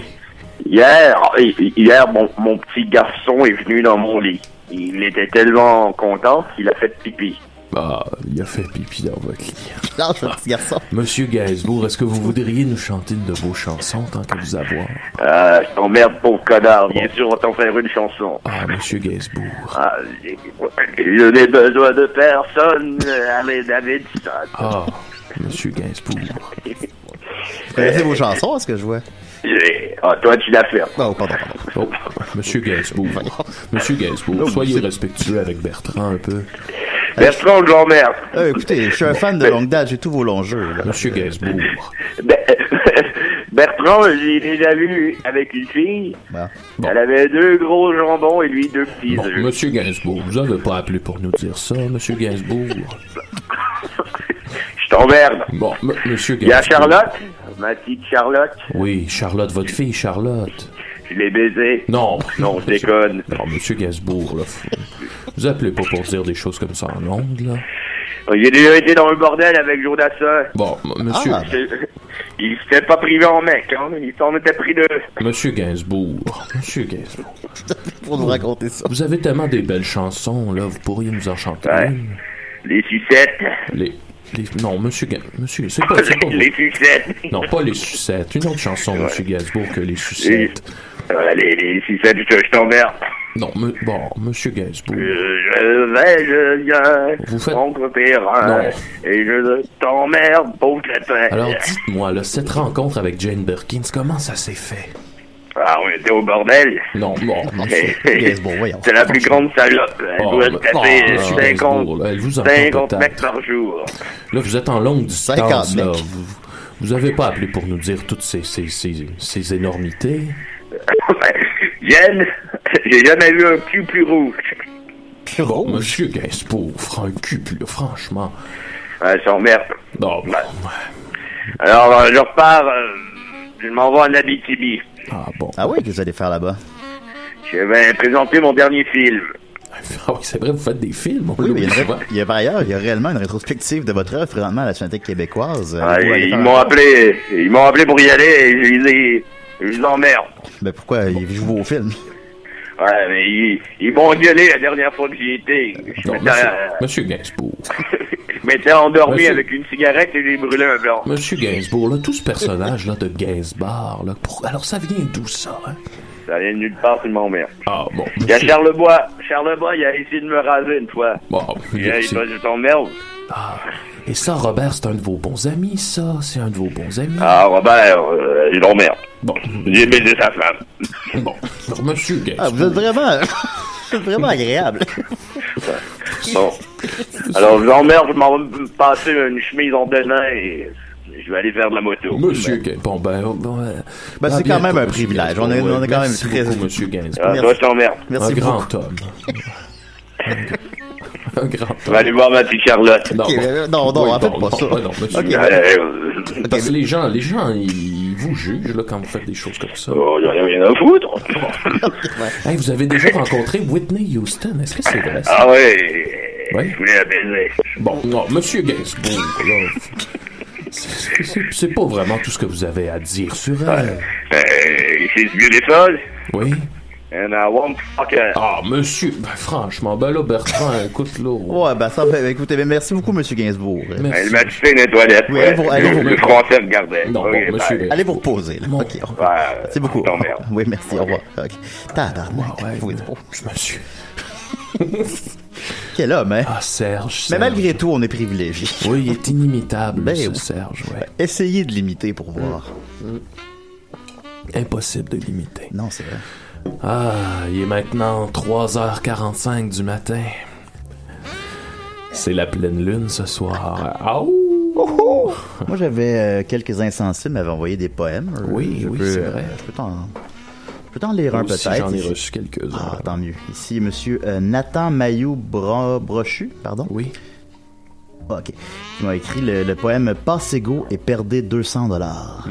S9: Hier, hi- hier mon, mon petit garçon est venu dans mon lit. Il était tellement content qu'il a fait pipi.
S4: Ah, il a fait pipi dans votre lit.
S5: Lâche le petit garçon.
S4: Monsieur Gainsbourg, est-ce que vous voudriez nous chanter une de vos chansons tant qu'à vous avoir?
S9: Ah, je t'emmerde, pauvre connard. Bien sûr, on t'en faire une chanson.
S4: Ah, Monsieur Gainsbourg.
S9: Ah, j'ai- je n'ai besoin de personne, euh, Harley Davidson.
S4: Ah, Monsieur Gainsbourg.
S5: Vous connaissez vos chansons, est-ce que je vois?
S9: J'ai- Ah, toi, tu l'as fait.
S5: Oh, pardon, pardon.
S4: Oh, Monsieur Gainsbourg. Monsieur Gainsbourg, soyez respectueux avec Bertrand un peu.
S9: Bertrand, je l'emmerde.
S5: Euh, écoutez, je suis un fan de longue date, j'ai tous vos longs jeux. là.
S4: Monsieur Gainsbourg.
S9: Be- Bertrand, j'ai déjà vu avec une fille.
S5: Bon.
S4: Bon.
S9: Elle avait deux gros jambons et lui deux petits
S4: Bon,
S9: œufs.
S4: Monsieur Gainsbourg, vous n'avez pas appelé pour nous dire ça, Monsieur Gainsbourg.
S9: Je t'emmerde.
S4: Bon, m- Monsieur
S9: Il y a
S4: Gainsbourg.
S9: Charlotte, ma petite Charlotte.
S4: Oui, Charlotte, votre fille, Charlotte.
S9: Je l'ai baisée.
S4: Non.
S9: Non, je déconne.
S4: Non, Monsieur Gainsbourg, là, faut- vous appelez pas pour dire des choses comme ça en ondes, là.
S9: J'ai déjà été dans le bordel avec Jodassin.
S4: Bon, m- Monsieur,
S5: Ah.
S9: C'est- Il s'était pas privé en mec, hein. Il s'en était pris deux.
S4: Monsieur Gainsbourg, Monsieur Gainsbourg,
S5: Pour nous raconter ça.
S4: vous avez tellement des belles chansons, là, vous pourriez nous en chanter
S9: Ouais.
S4: une.
S9: Les sucettes.
S4: Les, les- non, Monsieur Gainsbourg, Monsieur, c'est pas, Oh, c'est pas vous.
S9: Les sucettes.
S4: Non, pas les sucettes. Une autre chanson, Monsieur Gainsbourg, que les
S9: Les,
S4: sucettes.
S9: euh, les, les sucettes, je, te- je t'emmerde.
S4: Non, me- bon, Monsieur Gainsbourg.
S9: Je, je vais, je viens,
S4: Vous faites-
S9: mon copain,
S4: Non.
S9: et je t'emmerde, pauvre crétin.
S4: Alors dites-moi, là, cette rencontre avec Jane Birkins, comment ça s'est fait?
S9: Ah, on était au bordel.
S4: Non, bon, Monsieur,
S5: Gainsbourg, voyons.
S9: C'est la plus grande salope. Elle
S4: Oh,
S9: doit
S4: mais-
S9: se taper
S4: oh, monsieur
S9: 50,
S4: Gainsbourg, là, elle vous entend
S9: 50
S4: peut-être.
S9: mecs par jour.
S4: Là, vous êtes en longue distance.
S5: 50
S4: là.
S5: mecs.
S4: Vous, vous avez pas appelé pour nous dire toutes ces, ces, ces, ces énormités.
S9: Yen, j'ai jamais vu un cul plus rouge.
S4: Bon, monsieur Gainsbourg, franc cul, plus là, franchement.
S9: Ah, sans merde.
S4: Non, bon.
S9: Alors, euh, je repars, euh, je m'en vais en Abitibi.
S4: Ah bon.
S5: Ah oui, qu'est-ce que vous allez faire là-bas?
S9: Je vais présenter mon dernier film.
S4: Ah oui, c'est vrai, vous faites des films. on
S5: Oui, mais il y
S4: l'oublie
S5: a une
S4: souvent.
S5: ré- il y a par ailleurs, il y a réellement une rétrospective de votre œuvre, présentement, à la Cinémathèque québécoise.
S9: Ah,
S5: Vous allez
S9: ils
S5: faire
S9: m'ont
S5: un-
S9: appelé, ils m'ont appelé pour y aller et je les ai, je les emmerde.
S5: Ben pourquoi ils jouent au film?
S9: Ouais, mais ils, ils m'ont gueulé la dernière fois que j'y étais. Je
S4: Non,
S9: m'étais,
S4: monsieur,
S9: euh,
S4: monsieur Gainsbourg.
S9: je m'étais endormi
S4: Monsieur-
S9: avec une cigarette et j'ai brûlé un blanc.
S4: Monsieur Gainsbourg, là, tout ce personnage-là de Gainsbourg, là, pour- alors ça vient d'où ça, hein?
S9: Ça vient de nulle part, tu m'emmerdes.
S4: Ah bon.
S9: Il y a
S4: monsieur-
S9: Charlebois. Charlebois, il a essayé de me raser une fois.
S4: Bon,
S9: Il a dit,
S4: c'est-
S9: je t'emmerde.
S4: Et ça, Robert, c'est un de vos bons amis, ça? C'est un de vos bons amis?
S9: Ah, Robert, euh, il l'emmerde.
S4: Bon,
S9: J'ai baisé sa femme.
S4: bon. Alors, monsieur
S5: Ah,
S4: Gainsbourg.
S5: vous êtes vraiment, vous êtes vraiment agréable.
S9: Bon. Alors, je l'emmerde, je m'en vais me passer une chemise en denim et je vais aller faire de la moto.
S4: Monsieur Gainsbourg. Bon, ben, oh, bon, euh,
S5: Ben,
S4: à
S5: c'est quand même
S4: bientôt,
S5: un
S4: monsieur
S5: privilège.
S4: Gainsbourg.
S5: On est- on est
S4: Ouais,
S5: quand même
S4: merci
S5: très-
S4: beaucoup, monsieur Gainsbourg.
S9: Ah, toi, je t'emmerde.
S5: Merci
S4: un
S5: beaucoup.
S4: grand homme. un grand
S9: Je
S4: homme.
S9: vais aller voir ma petite Charlotte.
S4: Non,
S5: Ok,
S4: bon.
S5: euh, non, non,
S4: Oui,
S5: en fait, pas ça.
S4: ouais, non, monsieur.
S5: Ok.
S9: Ah, euh,
S4: Parce que les gens, les gens, ils vous jugent là, quand vous faites des choses comme ça.
S9: Bon, oh, j'en ai rien à foutre.
S4: Hey, vous avez déjà rencontré Whitney Houston, est-ce que c'est vrai ça?
S9: Ah ouais.
S5: Euh,
S4: Ouais.
S9: Je voulais la baiser.
S4: Bon, non, Monsieur Gainsbourg, là, c'est- c'est c'est pas vraiment tout ce que vous avez à dire sur elle.
S9: Euh, she's beautiful
S4: Oui?
S9: and I won't fuck her.
S4: Ah, monsieur, ben, franchement, ben là, Bertrand, écoute, là...
S5: Ouais, ben ça fait, écoutez, ben, merci beaucoup, Monsieur Gainsbourg.
S4: merci.
S9: Elle m'a tué dans les toilettes.
S5: Oui,
S9: ouais.
S5: allez vous- allez
S9: le,
S5: vous-
S9: le français regardait.
S4: Non,
S9: Ok,
S4: bon, monsieur...
S9: bye.
S5: Allez vous reposer, là. Ok. au revoir.
S9: Ouais,
S5: C'est beaucoup.
S9: je
S10: Ah,
S9: t'emmerde.
S5: Oui, merci, au revoir. Ok. Tabarnak.
S4: Ah, Ouais,
S5: Oui,
S4: mais-
S5: oh,
S4: monsieur...
S5: Quel homme, hein?
S4: Ah, Serge,
S5: Mais
S4: Serge.
S5: malgré tout, on est privilégié.
S4: Oui, il est inimitable,
S5: Ben
S4: ce
S5: oui.
S4: Serge, ouais.
S5: Essayez de l'imiter pour
S4: Mm.
S5: voir.
S4: Impossible de l'imiter.
S5: Non, c'est vrai.
S4: Ah, il est maintenant 3h45 du matin. C'est la pleine lune ce soir. Aouh!
S5: Moi, j'avais euh, quelques insensibles m'avaient envoyé des poèmes. Euh,
S4: Oui,
S5: je
S4: oui,
S5: peux,
S4: c'est
S5: euh,
S4: vrai.
S5: Je peux t'en, je peux t'en lire un
S4: Moi aussi,
S5: Ah, peut-être.
S4: j'en ai
S5: Ici-
S4: reçu quelques-uns.
S5: Ah, tant mieux. Ici, monsieur euh, Nathan Mayou Bra- Brochu, pardon.
S4: Oui.
S5: Ah, ok. Qui m'a écrit le, le poème Passego et perdez 200 dollars.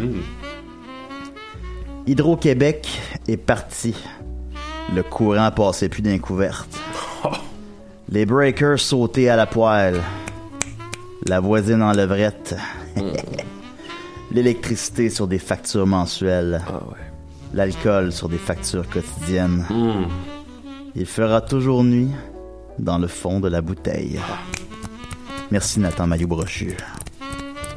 S5: Hydro-Québec est parti. Le courant passait plus d'un couverte. Les breakers sautaient à la poêle. La voisine en levrette.
S4: Hmm.
S5: L'électricité sur des factures mensuelles.
S4: Ah
S5: L'alcool sur des factures quotidiennes.
S4: Hmm.
S5: Il fera toujours nuit dans le fond de la bouteille.
S4: Ah.
S5: Merci Nathan Maillot Brochu.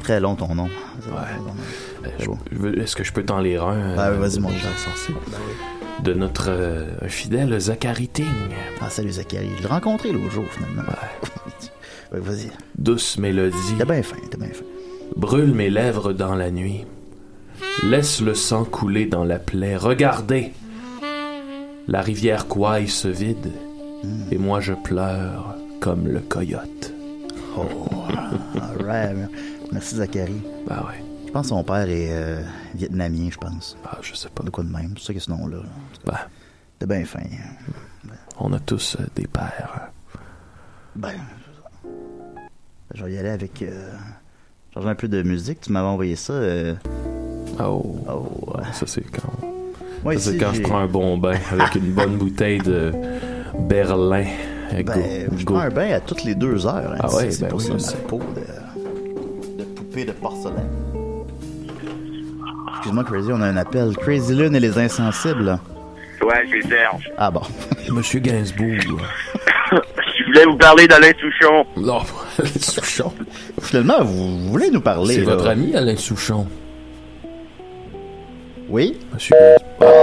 S5: Très long ton nom.
S4: Euh, je- je veux- Est-ce que je peux t'en lire un
S5: Ah,
S4: euh,
S5: vas-y,
S4: de
S5: mon
S4: nos
S5: Jean.
S4: insensibles? De notre euh, fidèle Zachary Ting.
S5: Ah, salut Zachary. Je l'ai rencontré l'autre jour finalement. Ouais, vas-y.
S4: Douce mélodie.
S5: T'as bien faim, t'as bien faim.
S4: Brûle mes lèvres dans la nuit. Laisse le sang couler dans la plaie. Regardez. La rivière Kouai se vide.
S5: Hmm.
S4: Et moi je pleure comme le coyote.
S5: All right. Merci Zachary.
S4: Bah ouais.
S5: Je pense que son père est euh, vietnamien, je pense.
S4: Ah, je sais pas.
S5: De quoi de même. C'est ça que ce nom-là.
S4: Bah,
S5: T'as bien faim.
S4: on a tous euh, des pères.
S5: Ben. Je vais y aller avec. Euh, changer un peu de musique. Tu m'avais envoyé ça. euh,
S4: Oh.
S5: Oh.
S4: Ça c'est quand.
S5: Moi,
S4: ça, c'est
S5: ici,
S4: quand je
S5: j'ai-
S4: prends un bon bain avec une bonne bouteille de Berlin. Avec
S5: Ben,
S4: go-
S5: je
S4: go-
S5: prends un bain à toutes les deux heures. hein.
S4: Ah ouais,
S5: C'est- c'est
S4: ben
S5: pour
S4: oui,
S5: ça,
S4: je sais.
S5: ma peau de, de poupée de porcelaine. Excuse-moi, Crazy, on a un appel. Crazy Lune et les insensibles.
S9: Ouais, c'est Serge.
S5: Ah bon.
S4: Monsieur Gainsbourg.
S9: Je voulais vous parler d'Alain Souchon.
S4: Non, Alain Souchon.
S5: Finalement, vous, vous voulez nous parler.
S4: C'est
S5: là.
S4: votre ami Alain Souchon.
S5: Oui?
S4: Monsieur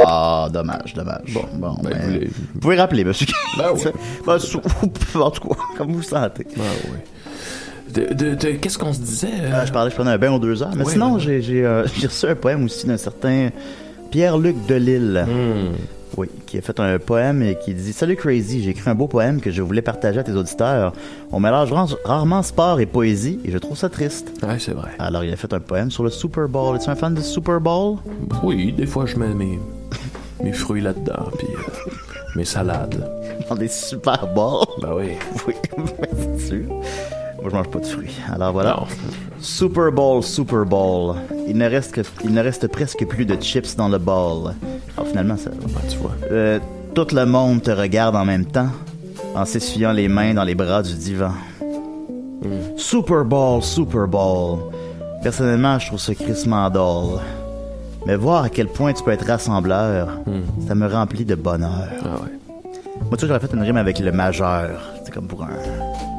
S5: Ah, dommage, dommage. Bon, bon,
S4: ben,
S5: ben,
S4: vous voulez-
S5: Vous pouvez rappeler, monsieur.
S4: Ben ouais.
S5: Ben, sou- en tout cas, comme vous le sentez.
S4: Ah ouais. De, de- de- qu'est-ce qu'on se disait euh,
S5: Ah, je parlais, je prenais un bain aux deux heures. Mais
S4: Ouais,
S5: sinon,
S4: ouais.
S5: j'ai- j'ai euh, j'ai reçu un poème aussi d'un certain Pierre-Luc Delille.
S4: Hmm.
S5: Oui, qui a fait un poème et qui dit Salut Crazy, j'ai écrit un beau poème que je voulais partager à tes auditeurs. On mélange ran- rarement sport et poésie et je trouve ça triste.
S4: Ouais, c'est vrai.
S5: Alors, il a fait un poème sur le Super Bowl. Es-tu un fan du Super Bowl
S4: Oui, des fois je mets mes, mes fruits là-dedans, puis euh, mes salades.
S5: Dans des Super Bowls
S4: Bah oui.
S5: Oui, mais c'est sûr. Moi, je mange pas de fruits. Alors voilà.
S4: Non.
S5: Super Bowl, Super Bowl. Il ne, reste que- il ne reste presque plus de chips dans le ball. Alors finalement, ça.
S4: Ah, tu vois.
S5: Euh, tout le monde te regarde en même temps, en s'essuyant les mains dans les bras du divan.
S4: Mm.
S5: Super Bowl, Super Bowl. Personnellement, je trouve ce crissement doll. Mais voir à quel point tu peux être rassembleur, ça me remplit de bonheur.
S4: Mm. Ah ouais.
S5: Moi, tu sais, j'aurais fait une rime avec le majeur. C'est comme pour un,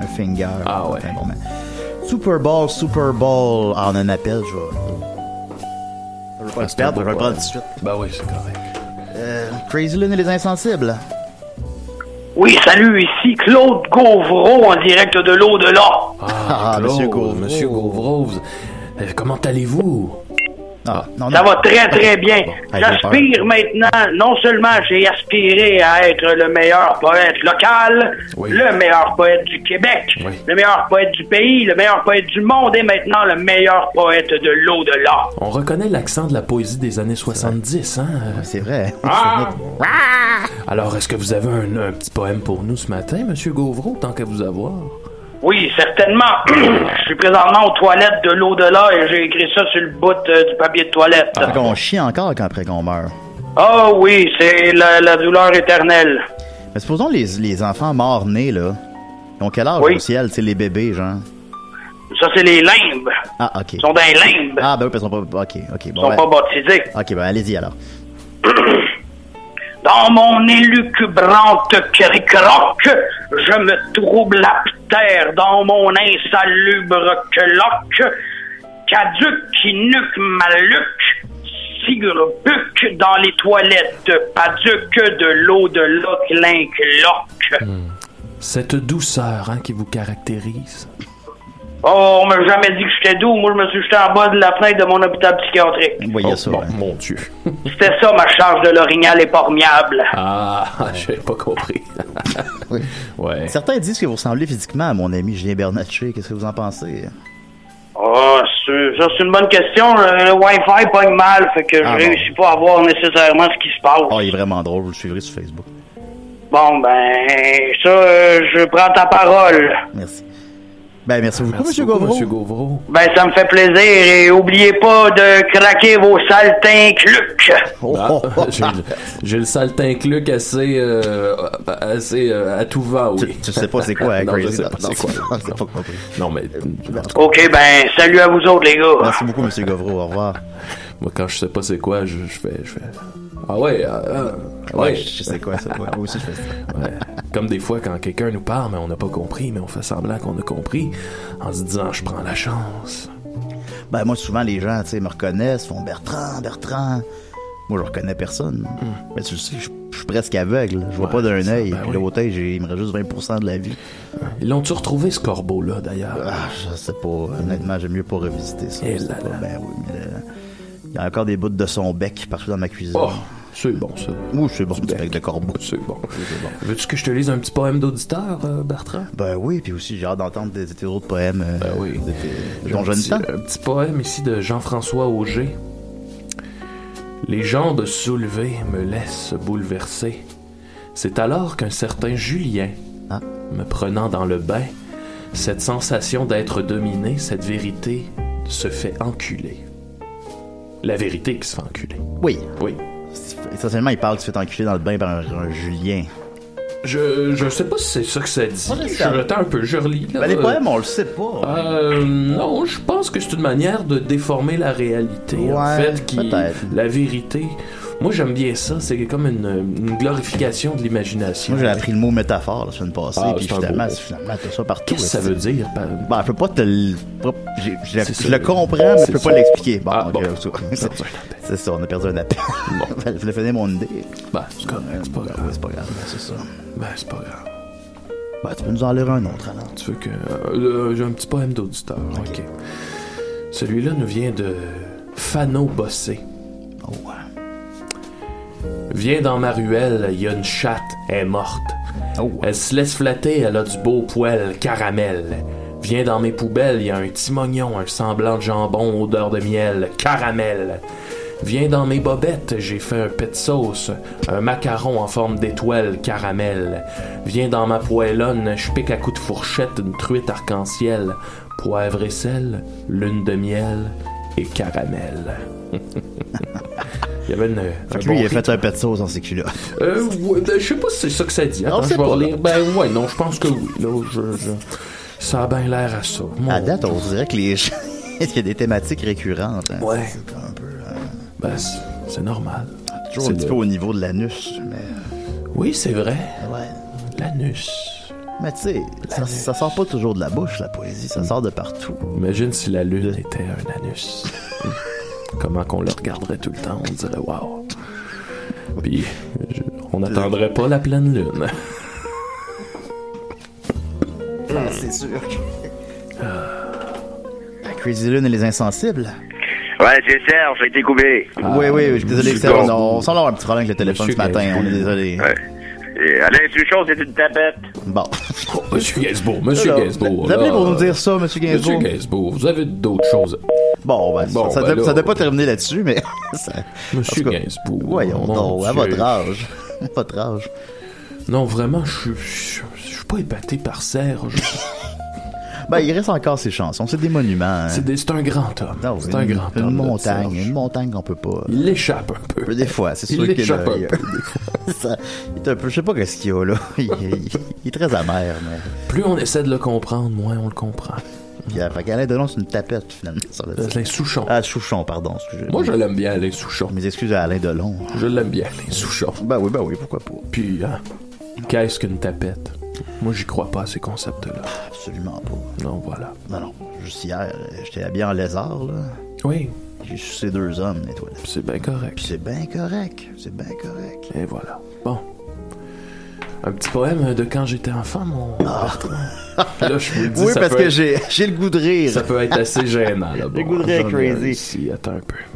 S5: un finger.
S4: Ah ouais.
S5: Enfin, bon, mais- Super Bowl, Super Bowl. Ah, on a un appel, je vais. Je vais pas
S4: Ah,
S5: le
S4: c'est
S5: perdre,
S4: un
S5: je vais
S4: beau
S5: le prendre tout
S4: poème.
S5: de suite.
S4: Bah oui, c'est correct.
S5: Euh, Crazy Lune et les Insensibles.
S7: Oui, salut, ici Claude Gauvreau en direct de l'au-delà.
S4: Ah,
S5: Ah, Monsieur Gauvreau.
S4: Monsieur Gauvreau, euh, comment allez-vous?
S5: Ah, non,
S7: Ça
S5: non.
S7: va très très bien.
S5: Ah, j'ai
S7: J'aspire maintenant, non seulement j'ai aspiré à être le meilleur poète local,
S4: Oui.
S7: le meilleur poète du Québec,
S4: Oui.
S7: le meilleur poète du pays, le meilleur poète du monde et maintenant le meilleur poète de l'au-delà.
S4: On reconnaît l'accent de la poésie des années 70, hein? euh.
S5: C'est vrai.
S7: Ah!
S4: Alors, est-ce que vous avez un, un petit poème pour nous ce matin, Monsieur Gauvreau, tant qu'à vous avoir?
S7: Oui, certainement. Je suis présentement aux toilettes de l'au-delà et j'ai écrit ça sur le bout euh, du papier de toilette.
S4: Ah,
S5: Fait qu'on chie encore quand après qu'on meurt.
S7: Ah oui, c'est la, la douleur éternelle.
S5: Mais supposons les, les enfants morts nés, là. Ils ont quel âge
S7: Oui.
S5: au ciel, tu sais, les bébés, genre?
S7: Ça, c'est les limbes.
S5: Ah, ok.
S7: Ils sont dans les limbes.
S5: Ah, ben oui, parce qu'ils sont pas. Ok, ok.
S7: Ils
S5: Bon,
S7: sont
S5: ben-
S7: pas baptisés.
S5: Ok, ben allez-y alors.
S7: Dans mon élucubrante cric-croc, je me trouble la terre dans mon insalubre cloque. Caduc qui nuque ma luque, sigurbuc dans les toilettes, paduc de l'eau de l'oc l'incloque.
S4: Cette douceur hein, qui vous caractérise.
S7: Oh, on m'a jamais dit que j'étais doux. Moi, je me suis jeté en bas de la fenêtre de mon hôpital psychiatrique.
S5: Vous voyez
S4: Oh,
S5: ça.
S4: bon,
S5: hein.
S4: mon Dieu.
S7: C'était ça ma charge de l'orignal épargnable.
S4: Ah, j'ai pas compris.
S5: Oui.
S4: ouais.
S5: Certains disent que vous ressemblez physiquement à mon ami Julien Bernatchez. Qu'est-ce que vous en pensez?
S7: Oh, sûr. Ça, c'est une bonne question. Le, le Wi-Fi pogne mal, fait que
S5: Ah,
S7: je
S5: bon.
S7: réussis pas à voir nécessairement ce qui se passe.
S5: Oh, il est vraiment drôle, vous le suivrez sur Facebook.
S7: Bon, ben, ça, euh, je prends ta parole.
S5: Merci. Ben, merci beaucoup,
S4: Merci
S5: Monsieur
S4: beaucoup,
S5: Gauvreau.
S4: Monsieur Gauvreau.
S7: Ben, ça me fait plaisir et oubliez pas de craquer vos saltins clucs.
S5: Oh,
S4: Ah, j'ai, j'ai le saltincluc assez, euh, assez euh, à tout va, oui.
S5: Tu, tu sais pas c'est quoi, hein,
S4: Non, je
S5: Crazy
S4: sais
S5: Dog,
S4: pas c'est quoi.
S5: quoi. C'est pas compris.
S4: Non, mais
S5: Euh,
S4: en tout cas,
S7: OK, ben, salut à vous autres, les gars.
S5: Merci beaucoup, Monsieur Gauvreau. Au revoir.
S4: moi, quand je sais pas c'est quoi, je, je fais, je fais. Ah ouais, ah, ah, ouais.
S5: Je sais quoi, ça. Ouais, moi aussi, je fais ça.
S4: Ouais. Comme des fois, quand quelqu'un nous parle, mais on n'a pas compris, mais on fait semblant qu'on a compris, en se disant, je prends la chance.
S5: Ben, moi, souvent, les gens, tu sais, me reconnaissent, font Bertrand, Bertrand. Moi, je reconnais personne. Mais tu le sais, je je suis presque aveugle. Je vois
S4: Hmm. Ouais,
S5: pas d'un
S4: c'est ça,
S5: œil.
S4: ben
S5: Puis
S4: oui.
S5: l'autre œil, j'ai- il me reste juste 20 de la vie.
S4: Ils l'ont-tu retrouvé, ce corbeau-là, d'ailleurs?
S5: Ah, je sais pas. Honnêtement, j'aime mieux pas revisiter ça.
S4: Eh
S5: Je sais
S4: là
S5: pas.
S4: là.
S5: Ben oui, mais là, il y a encore des bouts de son bec partout dans ma cuisine.
S4: Oh, c'est bon, ça. Ben,
S5: Ouh, c'est bon, du bec de corbeau.
S4: C'est bon. Veux-tu que je te lise un petit poème d'auditeur, euh, Bertrand?
S5: Ben oui, puis aussi, j'ai hâte d'entendre des, des autres poèmes. euh,
S4: Ben oui.
S5: des-
S4: J'ai
S5: dont
S4: un
S5: je ne
S4: petit-
S5: temps.
S4: Un petit poème ici de Jean-François Auger. Les jambes soulevées me laissent bouleverser. C'est alors qu'un certain Julien,
S5: Ah.
S4: me prenant dans le bain, cette sensation d'être dominé, cette vérité, se fait enculer. La vérité qui se fait enculer.
S5: Oui.
S4: Oui.
S5: Essentiellement, il parle que tu fais enculer dans le bain par un, un Julien.
S4: Euh, Je, je sais pas si c'est ça que ça dit.
S5: Moi, je
S4: je
S5: sais
S4: suis
S5: pas.
S4: retard un peu, je relis. là.
S5: Ben, les
S4: Euh,
S5: poèmes, on le sait pas.
S4: Euh, non, je pense que c'est une manière de déformer la réalité. en
S5: Ouais,
S4: fait, qui
S5: peut-être.
S4: la vérité. Moi, j'aime bien ça. C'est comme une, une glorification de l'imagination.
S5: Moi, j'ai appris le mot métaphore la semaine passée,
S4: Ah,
S5: puis
S4: c'est un beau
S5: finalement,
S4: mot.
S5: c'est- finalement, t'as ça partout.
S4: Qu'est-ce que ça
S5: là,
S4: veut dire par-
S5: Ben, je peux pas te le. pas- j'ai- j'ai-
S4: C'est
S5: je
S4: ça.
S5: le comprends, mais je peux
S4: C'est
S5: pas
S4: ça.
S5: l'expliquer. Bon,
S4: Ah,
S5: ok,
S4: bon.
S5: c'est-
S4: Ça,
S5: c'est- c'est ça, on a perdu un appel.
S4: Bon.
S5: je voulais finir mon idée.
S4: Ben, c'est correct, c'est pas
S5: Ben,
S4: grave.
S5: oui, c'est pas grave, ben, c'est ça.
S4: Ben, c'est pas grave.
S5: Ben, tu peux nous en lire un autre alors.
S4: Tu veux que euh, euh, j'ai un petit poème d'auditeur. Ok. Celui-là nous vient de Fano Bossé.
S5: Oh, ouais.
S4: Viens dans ma ruelle, il y a une chatte, elle est morte.
S5: Oh, ouais.
S4: Elle se laisse flatter, elle a du beau poil caramel. Viens dans mes poubelles, il y a un timonion, un semblant de jambon, odeur de miel, caramel. Viens dans mes bobettes, j'ai fait un pet de sauce, un macaron en forme d'étoile, caramel. Viens dans ma poêlonne, je pique à coups de fourchette une truite arc-en-ciel, poivre et sel, lune de miel et caramel. il y avait une, un
S5: Fait que
S4: bon
S5: lui, il a
S4: rythme.
S5: fait un pet de sauce dans ses culottes.
S4: Euh, ouais, ben, je sais pas si c'est ça que ça dit. Attends, je
S5: c'est
S4: vais
S5: pas,
S4: relire. Ben ouais, non, je pense que oui. Là, je, je- Ça a bien l'air à ça. Mon
S5: À date,
S4: Dieu.
S5: on dirait que les gens. Il y a des thématiques récurrentes. hein.
S4: Ouais.
S5: C'est un peu. euh,
S4: Ben, c'est c'est normal.
S5: toujours un
S4: C'est
S5: petit
S4: le-
S5: peu au niveau de l'anus, mais.
S4: Oui, c'est vrai.
S5: Ouais.
S4: L'anus.
S5: Mais tu sais, ça,
S4: L'anus.
S5: ça sort pas toujours de la bouche, la poésie. Ça sort de partout.
S4: Imagine si la lune était un anus. Hmm. Comment qu'on le regarderait tout le temps, on dirait waouh. Puis, je- on n'attendrait pas la pleine lune.
S5: Ah, c'est sûr. Ah. La Crazy Lune et les insensibles.
S9: Ouais, c'est Serge, j'ai été coupé.
S5: oui, oui, je suis désolé,
S9: Monsieur
S5: Serge,
S9: Gordon.
S5: on, on semble avoir un petit problème avec le téléphone
S4: Ah, Monsieur
S5: ce matin, on
S4: Gainsbourg.
S5: est désolé.
S9: Ouais. Et Alain Suchon, c'est une tapette.
S5: Bon.
S4: Oh, Monsieur Gainsbourg, Monsieur
S5: Alors,
S4: Gainsbourg.
S5: Vous appelez
S4: là,
S5: pour nous
S4: euh,
S5: dire ça,
S4: Monsieur
S5: Monsieur Gainsbourg?
S4: Gainsbourg, vous avez d'autres choses.
S5: Bon, ben,
S4: Bon,
S5: ça
S4: ben
S5: devait
S4: là-
S5: ça devait pas terminer là-dessus, mais... ça-
S4: Monsieur
S5: en tout cas,
S4: Gainsbourg,
S5: Voyons
S4: mon
S5: donc, à
S4: Dieu.
S5: votre âge. À votre âge.
S4: Non, vraiment, je suis- je- je suis pas épaté par Serge.
S5: Ben, il reste encore ces chansons, c'est des monuments. hein.
S4: C'est des- c'est un grand homme.
S5: Non,
S4: c'est
S5: une-
S4: un grand
S5: Une
S4: homme. notre
S5: montagne,
S4: Serge.
S5: une montagne qu'on peut pas...
S4: Il l'échappe un peu.
S5: Des fois, c'est
S4: Il
S5: sûr qu'il est
S4: l'échappe un peu,
S5: ça, il est un peu, je sais pas qu'est-ce qu'il y a là. Il, il- il est très amer, mais.
S4: Plus on essaie de le comprendre, moins on le comprend.
S5: Puis, euh, fait qu'Alain Delon, c'est une tapette, finalement. sur le-
S4: Alain Souchon.
S5: Ah, Souchon, pardon, excusez
S4: Euh, Moi, je l'aime bien, Alain Souchon.
S5: Mes excuses à Alain Delon.
S4: Je l'aime bien, Alain Souchon.
S5: Ben oui, ben oui, pourquoi pas.
S4: Puis, hein, qu'est-ce qu'une tapette? Moi, j'y crois pas à ces concepts-là.
S5: Absolument pas.
S4: Non, voilà.
S5: Non, non, juste hier, euh, j'étais habillé en lézard, là.
S4: Oui,
S5: J'ai sucé deux hommes dans les toilettes.
S4: puis c'est bien
S5: Puis
S4: correct.
S5: c'est bien correct, c'est bien correct.
S4: Et voilà. Bon. Un petit poème de quand j'étais enfant, mon Bertrand. Là, je vous le dis,
S5: Ah. oui,
S4: ça
S5: parce
S4: peut
S5: que
S4: être-
S5: j'ai j'ai le goût de rire.
S4: Ça peut être assez gênant, là.
S5: Le goût de rire
S4: j'en ai un
S5: crazy.
S4: ici, attends un peu.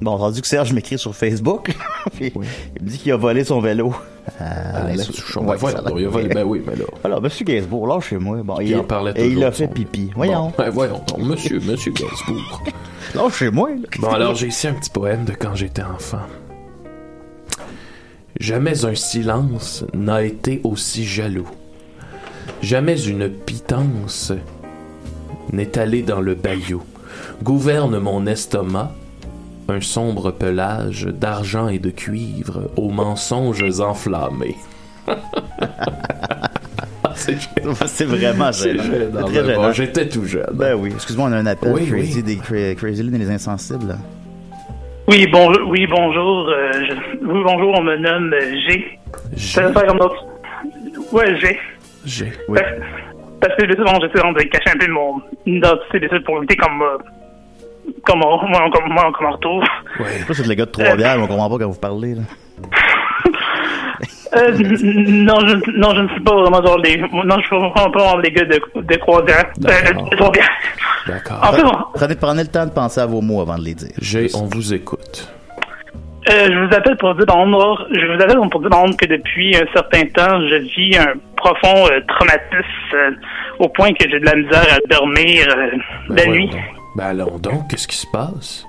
S5: Bon, rendu que Serge m'écrit sur Facebook, puis il me dit qu'il a volé son vélo.
S4: Alain Souchon. Ben voyons donc, il a volé- ben oui, mais là.
S5: Alors, Monsieur Gainsbourg, là, chez moi. Bon,
S4: Puis il en parlait
S5: Et il
S4: toujours
S5: a
S4: de
S5: fait
S4: son-
S5: pipi. Voyons.
S4: Bon, ben voyons donc, monsieur, monsieur Gainsbourg.
S5: Là, chez moi. là.
S4: Bon, alors j'ai ici un petit poème de quand j'étais enfant. Jamais un silence n'a été aussi jaloux. Jamais une pitance n'est allée dans le bayou. Gouverne mon estomac, un sombre pelage d'argent et de cuivre aux mensonges enflammés. C'est gênant.
S5: C'est vraiment
S4: C'est
S5: gênant.
S4: gênant,
S5: C'est
S4: mais
S5: très
S4: bon,
S5: gênant.
S4: J'étais tout jeune.
S5: Ben oui. Excuse-moi, on a un appel.
S4: Oui,
S5: crazy,
S4: oui.
S5: Des, cra- crazy Lune et les insensibles. là.
S11: Oui, bonjour. Oui, bonjour. euh, je- Oui, bonjour. On me nomme euh, G.
S4: G.
S11: Ça va faire comme autre. Ouais, G.
S4: J'ai.
S5: Oui.
S11: Parce- Parce que j'essaie bon, j'essaie de cacher un peu mon identité d'études pour éviter comme euh, comme on comme on comme on retrouve.
S4: Ouais.
S5: Ça, c'est le gars de trois bières, mais on comprend pas quand vous parlez. Là.
S11: Euh, n- n- non, je non, je ne suis pas vraiment dans les non, je suis vraiment pas dans les gars de de croisière. Euh,
S4: D'accord.
S11: de croisière.
S4: D'accord.
S11: En fait, bon,
S5: Prenez, prenez le temps de penser à vos mots avant de les dire.
S4: J'ai, on vous écoute.
S11: Euh, je vous appelle pour dire dans l'ombre, je vous appelle pour dire dans l'ombre que depuis un certain temps, je vis un profond euh, traumatisme euh, au point que j'ai de la misère à dormir euh, la
S4: Ben
S11: nuit.
S4: voyons donc. Ben allons donc, qu'est-ce qui se passe?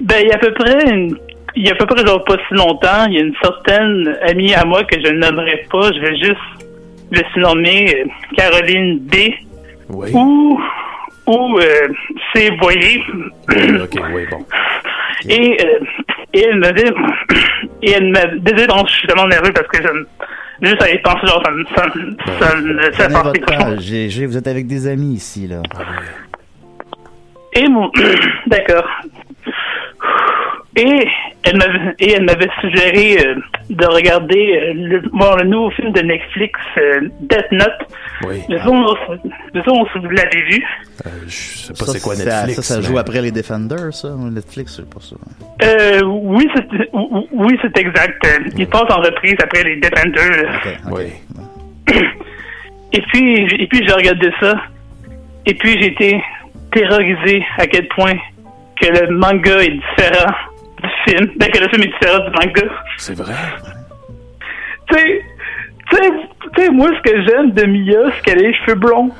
S11: Ben, il y a à peu près une- il y a à peu près genre pas si longtemps, il y a une certaine amie à moi que je ne nommerai pas, je vais juste le surnommer euh, Caroline D
S4: Oui.
S11: ou ou euh, C Boyer.
S4: Oui, ok, oui, bon.
S11: Et, euh, et elle m'a dit, et elle m'a désolé, donc je suis tellement nerveux parce que je me- juste à y penser, genre, ça me, ça me, ça me
S5: Prenez
S11: fait penser
S5: votre
S11: cochon.
S5: temps. J'ai- j'ai- vous êtes avec des amis ici, là.
S4: Ah,
S11: Et mon, d'accord. Et elle m'avait, et elle m'avait suggéré euh, de regarder euh, le, bon, le nouveau film de Netflix, euh, Death Note.
S4: Oui.
S11: Je sais pas je sais pas si vous l'avez vu.
S4: Euh, je sais pas
S5: Ça,
S4: c'est quoi
S5: ça-
S4: Netflix.
S5: Ça, ça
S4: mais-
S5: joue après les Defenders, ça. Netflix, c'est pas ça.
S11: Euh, oui, c'est, oui, c'est exact. Euh, Il passe en reprise après les Defenders.
S5: Ok, ok.
S4: Oui.
S11: Et puis, et puis j'ai regardé ça. Et puis j'ai été terrorisé à quel point que le manga est différent du film. Ben, que le film est différent du manga.
S4: C'est vrai?
S11: Tu sais, tu sais- tu sais, moi, ce que j'aime de Mia, c'est qu'elle a les cheveux blonds.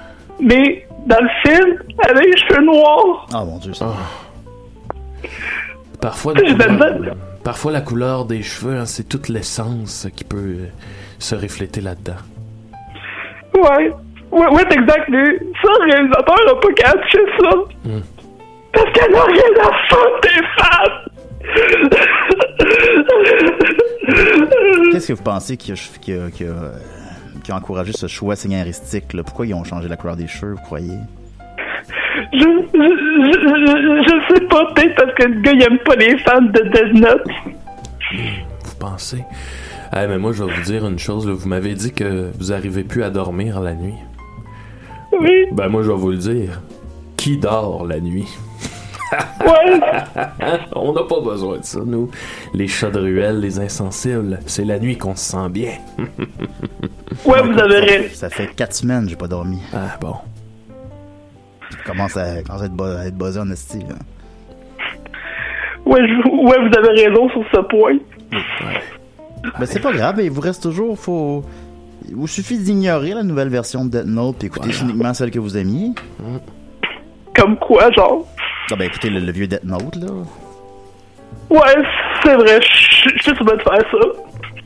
S11: Mais dans le film, elle a les cheveux noirs.
S5: Ah, mon Dieu, ça.
S4: Parfois, la
S11: Je
S4: couleur,
S11: m'appelle-
S4: parfois la couleur des cheveux, hein, c'est toute l'essence qui peut euh, se refléter là-dedans.
S11: Ouais. Ouais, ouais, c'est exact. Mais ça, le réalisateur n'a pas catché ça. Parce qu'elle n'a rien à foutre des femmes.
S5: Qu'est-ce que vous pensez qui a, qui a- qui a, euh, qui a encouragé ce choix scénaristique, là? Pourquoi ils ont changé la couleur des cheveux, vous croyez?
S11: Je, je, je, je- je sais pas, peut-être parce que le gars, il aime pas les fans de Death Note.
S4: Vous pensez? Ah, mais moi, je vais vous dire une chose. là. Vous m'avez dit que vous arrivez plus à dormir la nuit.
S11: Oui,
S4: Ben, moi, je vais vous le dire. Qui dort la nuit?
S11: ouais.
S4: Hein? On n'a pas besoin de ça, nous. Les chats de ruelle, les insensibles, c'est la nuit qu'on se sent bien.
S11: Ouais, vous avez raison.
S5: Ça fait quatre semaines que j'ai pas dormi.
S4: Ah, bon.
S5: Je commence à, commence à être, bo- à être buzzé en esti, là.
S11: Ouais, je- ouais, vous avez raison sur ce point.
S5: Ben, c'est pas grave, il vous reste toujours, faut... Il vous suffit d'ignorer la nouvelle version de Death Note et écouter uniquement celle que vous aimiez.
S11: Comme quoi, genre.
S5: Ah ben écoutez le, le vieux Death Note, là.
S11: Ouais, c'est vrai, je je suis sur de faire ça.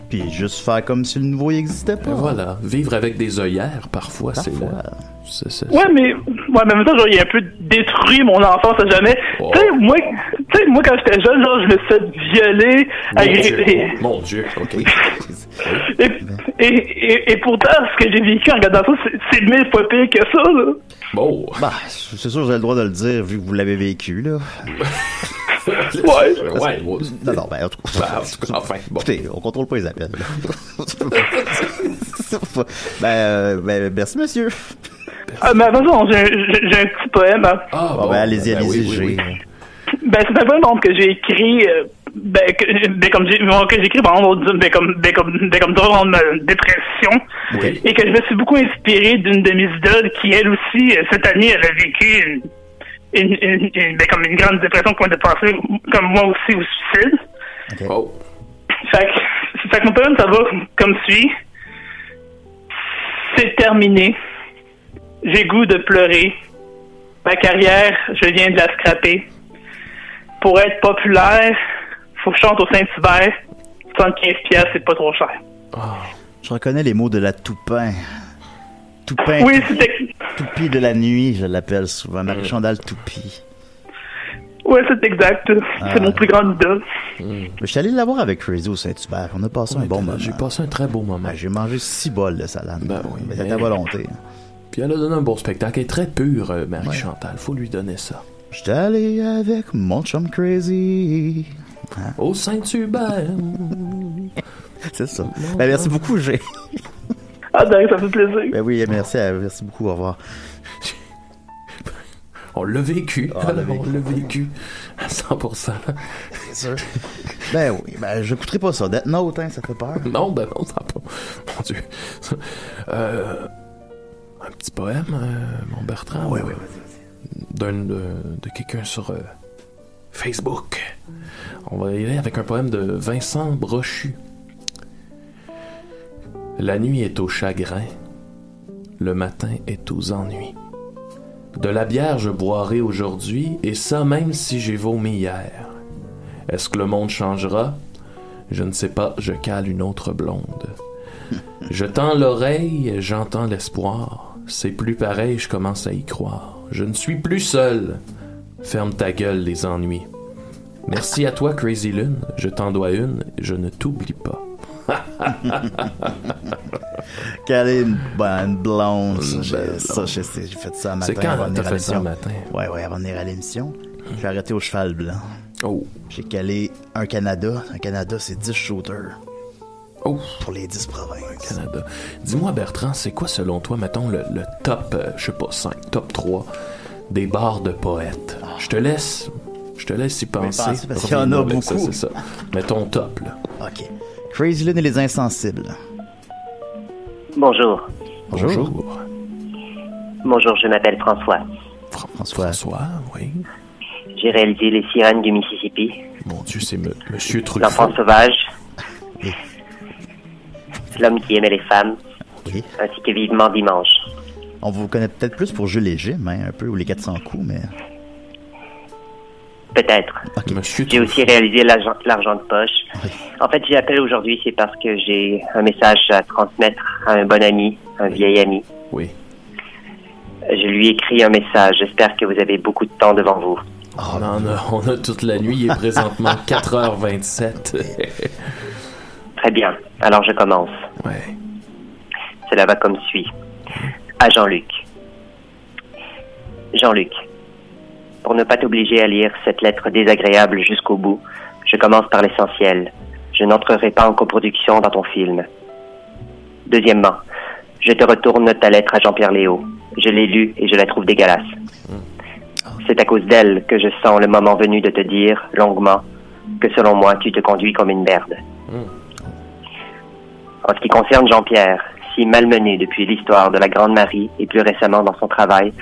S5: Puis juste faire comme si le nouveau n'existait pas.
S4: Ben, voilà. Vivre avec des œillères, parfois, c'est
S5: Ah. Parfois.
S4: la- c'est- c'est-
S11: Ouais, mais, ouais, mais en même temps, genre, il a un peu détruit mon enfance à jamais.
S4: Oh.
S11: Tu sais, moi, tu sais, moi, quand j'étais jeune, genre, je me suis violé,
S4: Mon Dieu,
S11: agressé.
S4: mon Dieu, ok.
S11: Et, et, et, et pourtant, ce que j'ai vécu en regardant ça, c'est- c'est mille fois pire que ça, là.
S4: Bon,
S5: Bah, c'est sûr que j'ai le droit de le dire vu que vous l'avez vécu, là.
S4: ouais, ouais, ouais.
S5: Non, non, ben, en tout cas,
S4: Bah, en tout cas, enfin, bon.
S5: écoutez, on contrôle pas les appels. ben, euh, ben, merci, monsieur.
S11: Ah, mais attention, j'ai un, j'ai- j'ai un petit poème. hein.
S4: Ah,
S5: Bon, ben, allez-y,
S4: ben,
S5: allez-y,
S4: oui, oui,
S5: j'ai.
S4: oui.
S11: Ben, c'est un poème donc, que j'ai écrit. euh, ben, que, ben, comme j'ai, bon, que j'ai écrit, ben, on va dire, ben, comme, ben, comme, ben, comme durant ma dépression.
S4: Oui.
S11: Et que je me suis beaucoup inspiré d'une de mes idoles qui, elle aussi, euh, cette année, elle a vécu une, une, une- une- ben, comme une grande dépression, point de penser, comme moi aussi, au suicide.
S4: Oh,
S11: Fait que, fait que mon poème, ça va comme suit. C'est terminé. J'ai goût de pleurer. Ma carrière, je viens de la scraper. Pour être populaire, faut que je chante au Saint-Hubert. 75 pièces, c'est pas trop cher.
S4: Ah,
S5: Je reconnais les mots de la Toupin. Toupin.
S11: Oui,
S5: Toupie- Toupie de la nuit, je l'appelle
S4: Euh.
S5: souvent. Marie-Chandale Toupie.
S11: Ouais, c'est exact.
S5: Ah.
S11: C'est mon plus grand idole.
S5: Je suis allé la voir avec Crazy au Saint-Hubert. On a passé un bon moment. J'ai passé un très beau moment. j'ai mangé six bols de salade.
S4: Ben
S5: Mais c'était à volonté.
S4: Puis elle a donné un bon spectacle. Elle est très pure, euh, Marie-Chantal. Faut lui donner ça.
S5: J'étais allé avec mon chum Crazy. Ah.
S4: Au Saint-Hubert.
S5: C'est ça. Ben, merci beaucoup, G.
S11: ah, dingue, ça fait plaisir.
S5: Ben oui, merci, euh, merci beaucoup. Au revoir.
S4: On l'a vécu.
S5: Ah, on l'a vécu.
S4: On l'a vécu. À 100%.
S5: C'est sûr. ben oui, ben j'écouterai pas ça. Death Note, hein, ça fait peur.
S4: Non, ben non, ça va pas. Mon Dieu. Euh, un petit poème, euh, mon Bertrand. Oui, oui, D'un de, de quelqu'un sur euh, Facebook. On va y aller avec un poème de Vincent Brochu. La nuit est au chagrin, le matin est aux ennuis. De la bière je boirai aujourd'hui, et ça même si j'ai vomi hier. Est-ce que le monde changera Je ne sais pas, je cale une autre blonde. Je tends l'oreille, j'entends l'espoir. C'est plus pareil, je commence à y croire. Je ne suis plus seul. Ferme ta gueule, les ennuis. Merci à toi, Crazy Lune. Je t'en dois une, je ne t'oublie pas.
S5: Quelle est une bonne blonde. ben, ça, J'ai ça, j'ai- j'ai- j'ai fait ça un matin.
S4: C'est quand
S5: avant de venir
S4: t'as
S5: à
S4: fait ça
S5: l'émission.
S4: un matin?
S5: Ouais, ouais, avant de venir à l'émission. J'ai arrêté au cheval blanc.
S4: Oh,
S5: J'ai calé un Canada. Un Canada, c'est 10 shooters.
S4: Oh.
S5: Pour les 10 provinces.
S4: Canada. Dis-moi, Bertrand, c'est quoi selon toi, mettons, le, le top, euh, je sais pas, 5, top 3 des bars de poètes? Je te laisse. Je te laisse y penser.
S5: penser, parce qu'il y en a
S4: Reviens-moi avec ça,
S5: beaucoup.
S4: c'est ça. Mettons top, là.
S5: OK. Crazy Lune et les insensibles.
S10: Bonjour.
S5: Bonjour.
S10: Bonjour, je m'appelle François.
S5: François.
S4: François, oui.
S10: J'ai réalisé Les sirènes du Mississippi,
S4: Mon Dieu, c'est me- Monsieur Truffaut.
S10: L'enfant sauvage, L'homme qui aimait les femmes, ainsi que Vivement Dimanche.
S5: On vous connaît peut-être plus pour Jules léger, hein, un peu, ou les 400 coups, mais.
S10: Peut-être. J'ai aussi réalisé l'argent l'argent de poche. En fait, j'ai appelé aujourd'hui, c'est parce que j'ai un message à transmettre à un bon ami, un vieil ami.
S4: Oui.
S10: Je lui écris un message. J'espère que vous avez beaucoup de temps devant vous.
S4: on, en a, Ah, on a toute la nuit. Il est présentement 4h27.
S10: Très bien. Alors je commence.
S4: Ouais.
S10: Cela va comme suit. À Jean-Luc. Jean-Luc, pour ne pas t'obliger à lire cette lettre désagréable jusqu'au bout, je commence par l'essentiel. Je n'entrerai pas en coproduction dans ton film. Deuxièmement, je te retourne ta lettre à Jean-Pierre Léo. Je l'ai lue et je la trouve dégueulasse. C'est à cause d'elle que je sens le moment venu de te dire, longuement, que selon moi, tu te conduis comme une merde. En ce qui concerne Jean-Pierre, si malmené depuis l'histoire de la Grande Marie et plus récemment dans son travail,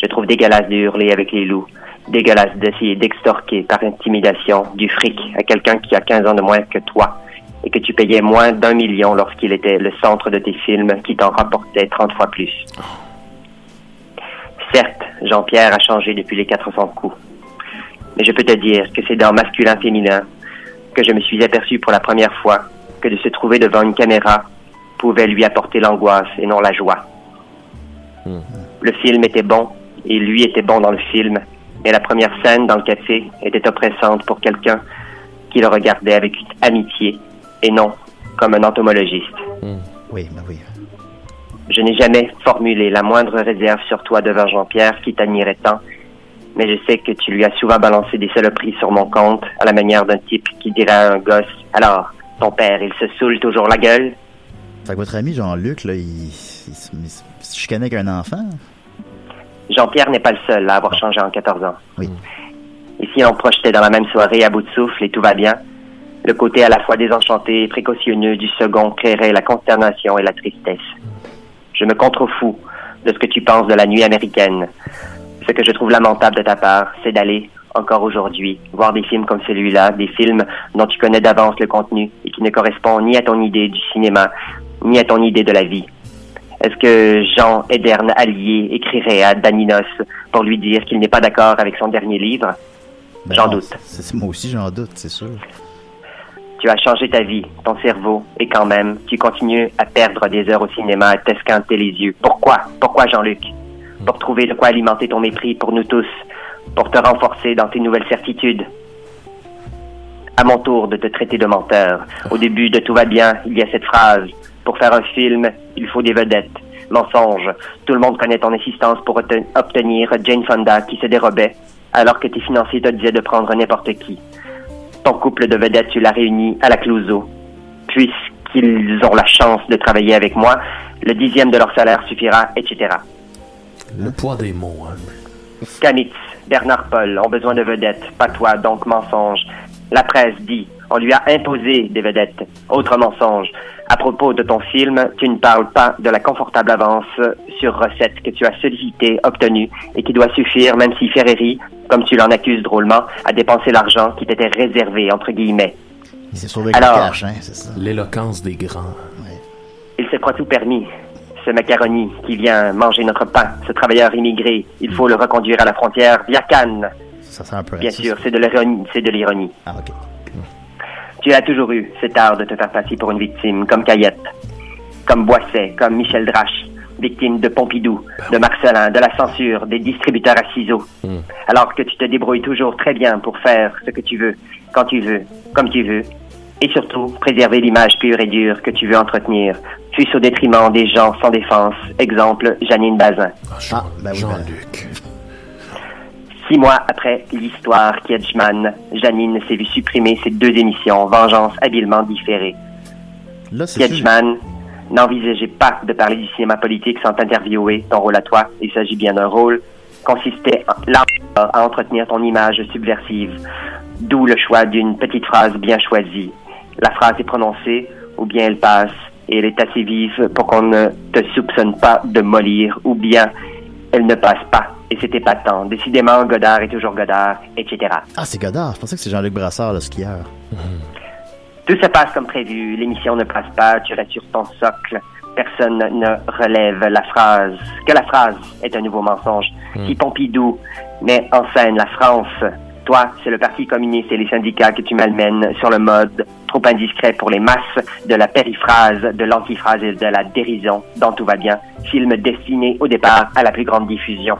S10: je trouve dégueulasse de hurler avec les loups, dégueulasse d'essayer d'extorquer par intimidation du fric à quelqu'un qui a 15 ans de moins que toi et que tu payais moins d'un million lorsqu'il était le centre de tes films qui t'en rapportait 30 fois plus. Certes, Jean-Pierre a changé depuis les 400 coups, mais je peux te dire que c'est dans masculin-féminin que je me suis aperçu pour la première fois que de se trouver devant une caméra pouvait lui apporter l'angoisse et non la joie. Le film était bon et lui était bon dans le film, mais la première scène dans le café était oppressante pour quelqu'un qui le regardait avec une amitié et non comme un entomologiste.
S5: Oui, ben oui.
S10: Je n'ai jamais formulé la moindre réserve sur toi devant Jean-Pierre qui t'admirait tant, mais je sais que tu lui as souvent balancé des saloperies sur mon compte à la manière d'un type qui dirait à un gosse Alors, ton père, il se saoule toujours la gueule
S5: Fait que votre ami Jean-Luc, là, il, il se il se- il se chicanait avec un enfant.
S10: Jean-Pierre n'est pas le seul à avoir changé en 14 ans.
S5: Oui.
S10: Et si on projetait dans la même soirée à bout de souffle et tout va bien, le côté à la fois désenchanté et précautionneux du second créerait la consternation et la tristesse. Je me contrefous de ce que tu penses de la nuit américaine. Ce que je trouve lamentable de ta part, c'est d'aller, encore aujourd'hui, voir des films comme celui-là, des films dont tu connais d'avance le contenu et qui ne correspondent ni à ton idée du cinéma, ni à ton idée de la vie. Est-ce que Jean Ederne Allier écrirait à Daninos pour lui dire qu'il n'est pas d'accord avec son dernier livre?
S5: Ben
S10: J'en
S5: non,
S10: doute.
S5: c'est- c'est- moi aussi, j'en doute, c'est sûr.
S10: Tu as changé ta vie, ton cerveau, et quand même, tu continues à perdre des heures au cinéma à t'esquinter les yeux. Pourquoi? Pourquoi, Jean-Luc? Pour trouver de quoi alimenter ton mépris pour nous tous, pour te renforcer dans tes nouvelles certitudes. À mon tour de te traiter de menteur. Au début de Tout va bien, il y a cette phrase. Pour faire un film, il faut des vedettes. Mensonge. Tout le monde connaît ton insistance pour obte- obtenir Jane Fonda qui se dérobait, alors que tes financiers te disaient de prendre n'importe qui. Ton couple de vedettes, tu l'as réuni à la Clouseau. Puisqu'ils ont la chance de travailler avec moi, le dixième de leur salaire suffira, etc.
S4: Le poids des mots, hein.
S10: Kamitz, Bernard Paul ont besoin de vedettes, patois, donc mensonge. La presse dit, on lui a imposé des vedettes. Autre mensonge. À propos de ton film, tu ne parles pas de la confortable avance sur recette que tu as sollicitée, obtenue, et qui doit suffire, même si Ferreri, comme tu l'en accuses drôlement, a dépensé l'argent qui t'était réservé, entre guillemets.
S5: Il s'est sauvé
S10: Alors-
S5: avec le cash, hein, c'est ça.
S4: L'éloquence des grands.
S10: Il se croit tout permis. Ce macaroni qui vient manger notre pain, ce travailleur immigré, il faut le reconduire à la frontière via Cannes.
S5: Ça sent un peu
S10: Bien
S5: raciste.
S10: sûr, c'est de l'ironie. C'est de l'ironie.
S5: Ah, ok.
S10: Tu as toujours eu cet art de te faire passer pour une victime, comme Caillette, comme Boisset, comme Michel Drache, victime de Pompidou, de Marcelin, de la censure, des distributeurs à ciseaux. Alors que tu te débrouilles toujours très bien pour faire ce que tu veux, quand tu veux, comme tu veux. Et surtout, préserver l'image pure et dure que tu veux entretenir, fût-ce au détriment des gens sans défense. Exemple, Janine Bazin.
S4: Ah, Jean-Luc.
S10: Six mois après l'histoire Kedgeman, Janine s'est vue supprimer ses deux émissions, Vengeance habilement différée. Kedgeman n'envisageait pas de parler du cinéma politique sans t'interviewer, ton rôle à toi, il s'agit bien d'un rôle, consistait en- là encore à entretenir ton image subversive, d'où le choix d'une petite phrase bien choisie. La phrase est prononcée, ou bien elle passe, et elle est assez vive pour qu'on ne te soupçonne pas de mollir, ou bien elle ne passe pas, et c'est épatant. Décidément, Godard est toujours Godard, etc.
S5: Ah, c'est Godard. Je pensais que c'est Jean-Luc Brassard, le skieur.
S10: Tout se passe comme prévu, l'émission ne passe pas, tu rassures ton socle. Personne ne relève la phrase, que la phrase est un nouveau mensonge. Si Pompidou met en scène la France, toi, c'est le Parti communiste et les syndicats que tu malmènes sur le mode trop indiscret pour les masses de la périphrase, de l'antiphrase et de la dérision dans Tout va bien, film destiné au départ à la plus grande diffusion.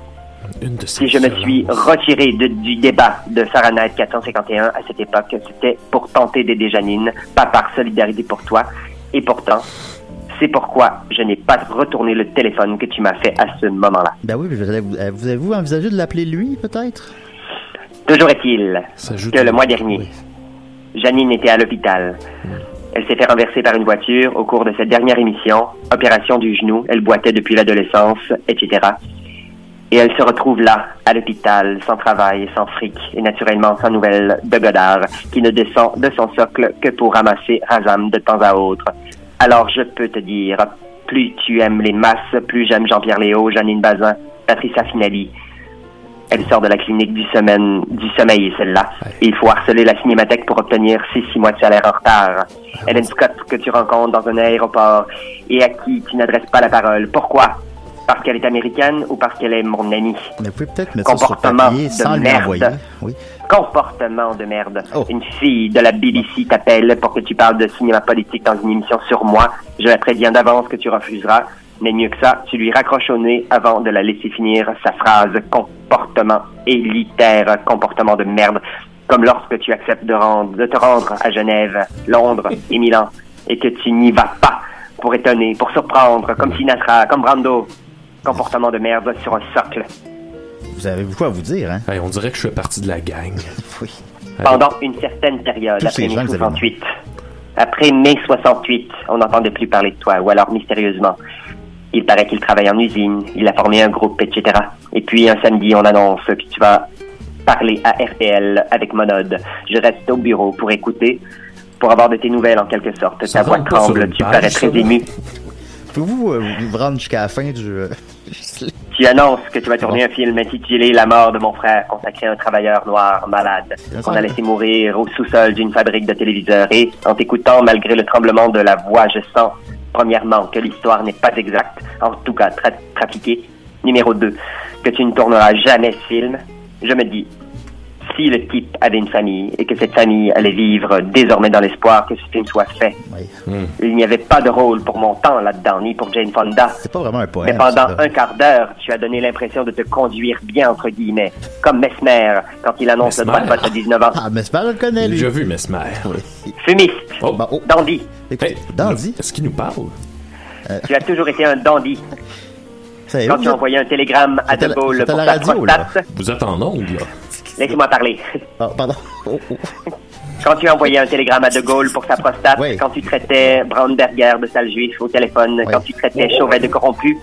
S10: Si je me suis retiré de- du débat de Fahrenheit 451 à cette époque, c'était pour tenter d'aider Janine, pas par solidarité pour toi. Et pourtant, c'est pourquoi je n'ai pas retourné le téléphone que tu m'as fait à ce moment-là.
S5: Ben oui, mais vous allez- vous vous avez-vous envisagé de l'appeler lui, peut-être?
S10: Toujours est-il que le mois dernier, Janine était à l'hôpital. Elle s'est fait renverser par une voiture au cours de cette dernière émission, opération du genou, elle boitait depuis l'adolescence, etc. Et elle se retrouve là, à l'hôpital, sans travail, sans fric, et naturellement sans nouvelles de Godard, qui ne descend de son socle que pour ramasser Razam de temps à autre. Alors je peux te dire, plus tu aimes les masses, plus j'aime Jean-Pierre Léo, Janine Bazin, Patricia Finali. Elle sort de la clinique du, semaine, du sommeil, celle-là. Et Il faut harceler la cinémathèque pour obtenir ses six mois de salaire en retard. Hélène Scott, que tu rencontres dans un aéroport et à qui tu n'adresses pas la parole. Pourquoi? Parce qu'elle est américaine ou parce qu'elle est mon amie?
S5: Mais vous pouvez peut-être mettre ça sur
S10: Comportement
S5: papier
S10: de
S5: sans lui
S10: merde.
S5: envoyer. Oui.
S10: Comportement de merde. Une fille de la BBC t'appelle pour que tu parles de cinéma politique dans une émission sur moi. Je la préviens d'avance que tu refuseras. Mais mieux que ça, tu lui raccroches au nez avant de la laisser finir sa phrase comportement élitaire, comportement de merde. Comme lorsque tu acceptes de, rendre- de te rendre à Genève, Londres et Milan et que tu n'y vas pas pour étonner, pour surprendre, comme Sinatra, comme Brando. Comportement de merde sur un socle.
S5: Vous avez beaucoup à vous dire, hein?
S4: on dirait que je fais partie de la gang.
S5: oui.
S10: pendant une certaine période,
S5: Tous
S10: après
S5: ces gens
S10: mai
S5: que vous avez
S10: 68. Après mai 68, on n'entendait plus parler de toi, ou alors mystérieusement. Il paraît qu'il travaille en usine, il a formé un groupe, etc. Et puis un samedi, on annonce que tu vas parler à RTL avec Monode. Je reste au bureau pour écouter, pour avoir de tes nouvelles en quelque sorte.
S5: Ça
S10: Ta voix
S5: rentre pas sur
S10: tremble,
S5: une
S10: tu
S5: page,
S10: parais
S5: ça,
S10: très
S5: là.
S10: ému.
S5: Pouvez-vous euh, vous rendre jusqu'à la fin du. euh,
S10: tu annonces que tu vas tourner un film intitulé La mort de mon frère, consacré à un travailleur noir malade qu'on a laissé mourir au sous-sol d'une fabrique de téléviseurs. Et en t'écoutant, malgré le tremblement de la voix, je sens, premièrement, que l'histoire n'est pas exacte, en tout cas tra- trafiquée. Numéro 2, que tu ne tourneras jamais ce film. Je me dis, si le type avait une famille et que cette famille allait vivre désormais dans l'espoir que ce film soit fait, il n'y avait pas de rôle pour mon temps là-dedans, ni pour Jane Fonda.
S5: C'est pas vraiment un poème.
S10: Mais pendant
S5: ça.
S10: un quart d'heure, tu as donné l'impression de te conduire bien, entre guillemets, comme Mesmer quand il annonce le droit de vote à 19 ans.
S5: Ah, Mesmer, je le connais,
S10: J'ai
S5: lui. oh,
S10: déjà
S4: vu Mesmer. Oh.
S10: Fumiste.
S4: Bah,
S10: Dandy.
S5: dandy.
S4: Est-ce qu'il nous parle?
S5: Euh.
S10: Tu as toujours été un dandy.
S5: Eh est,
S10: Quand
S5: vous
S10: tu
S5: êtes-
S10: envoyais un télégramme à
S5: C'est à la-
S10: De Gaulle
S5: c'est à
S10: pour
S5: la
S10: ta
S5: radio, là.
S10: prostate,
S4: Vous êtes en ongle, là.
S10: laisse-moi parler.
S5: Ah, pardon. Oh, oh.
S10: Quand tu envoyais un télégramme à De Gaulle pour sa prostate, quand tu traitais Braunberger de sale juif au téléphone, quand tu traitais Chauvet de corrompu,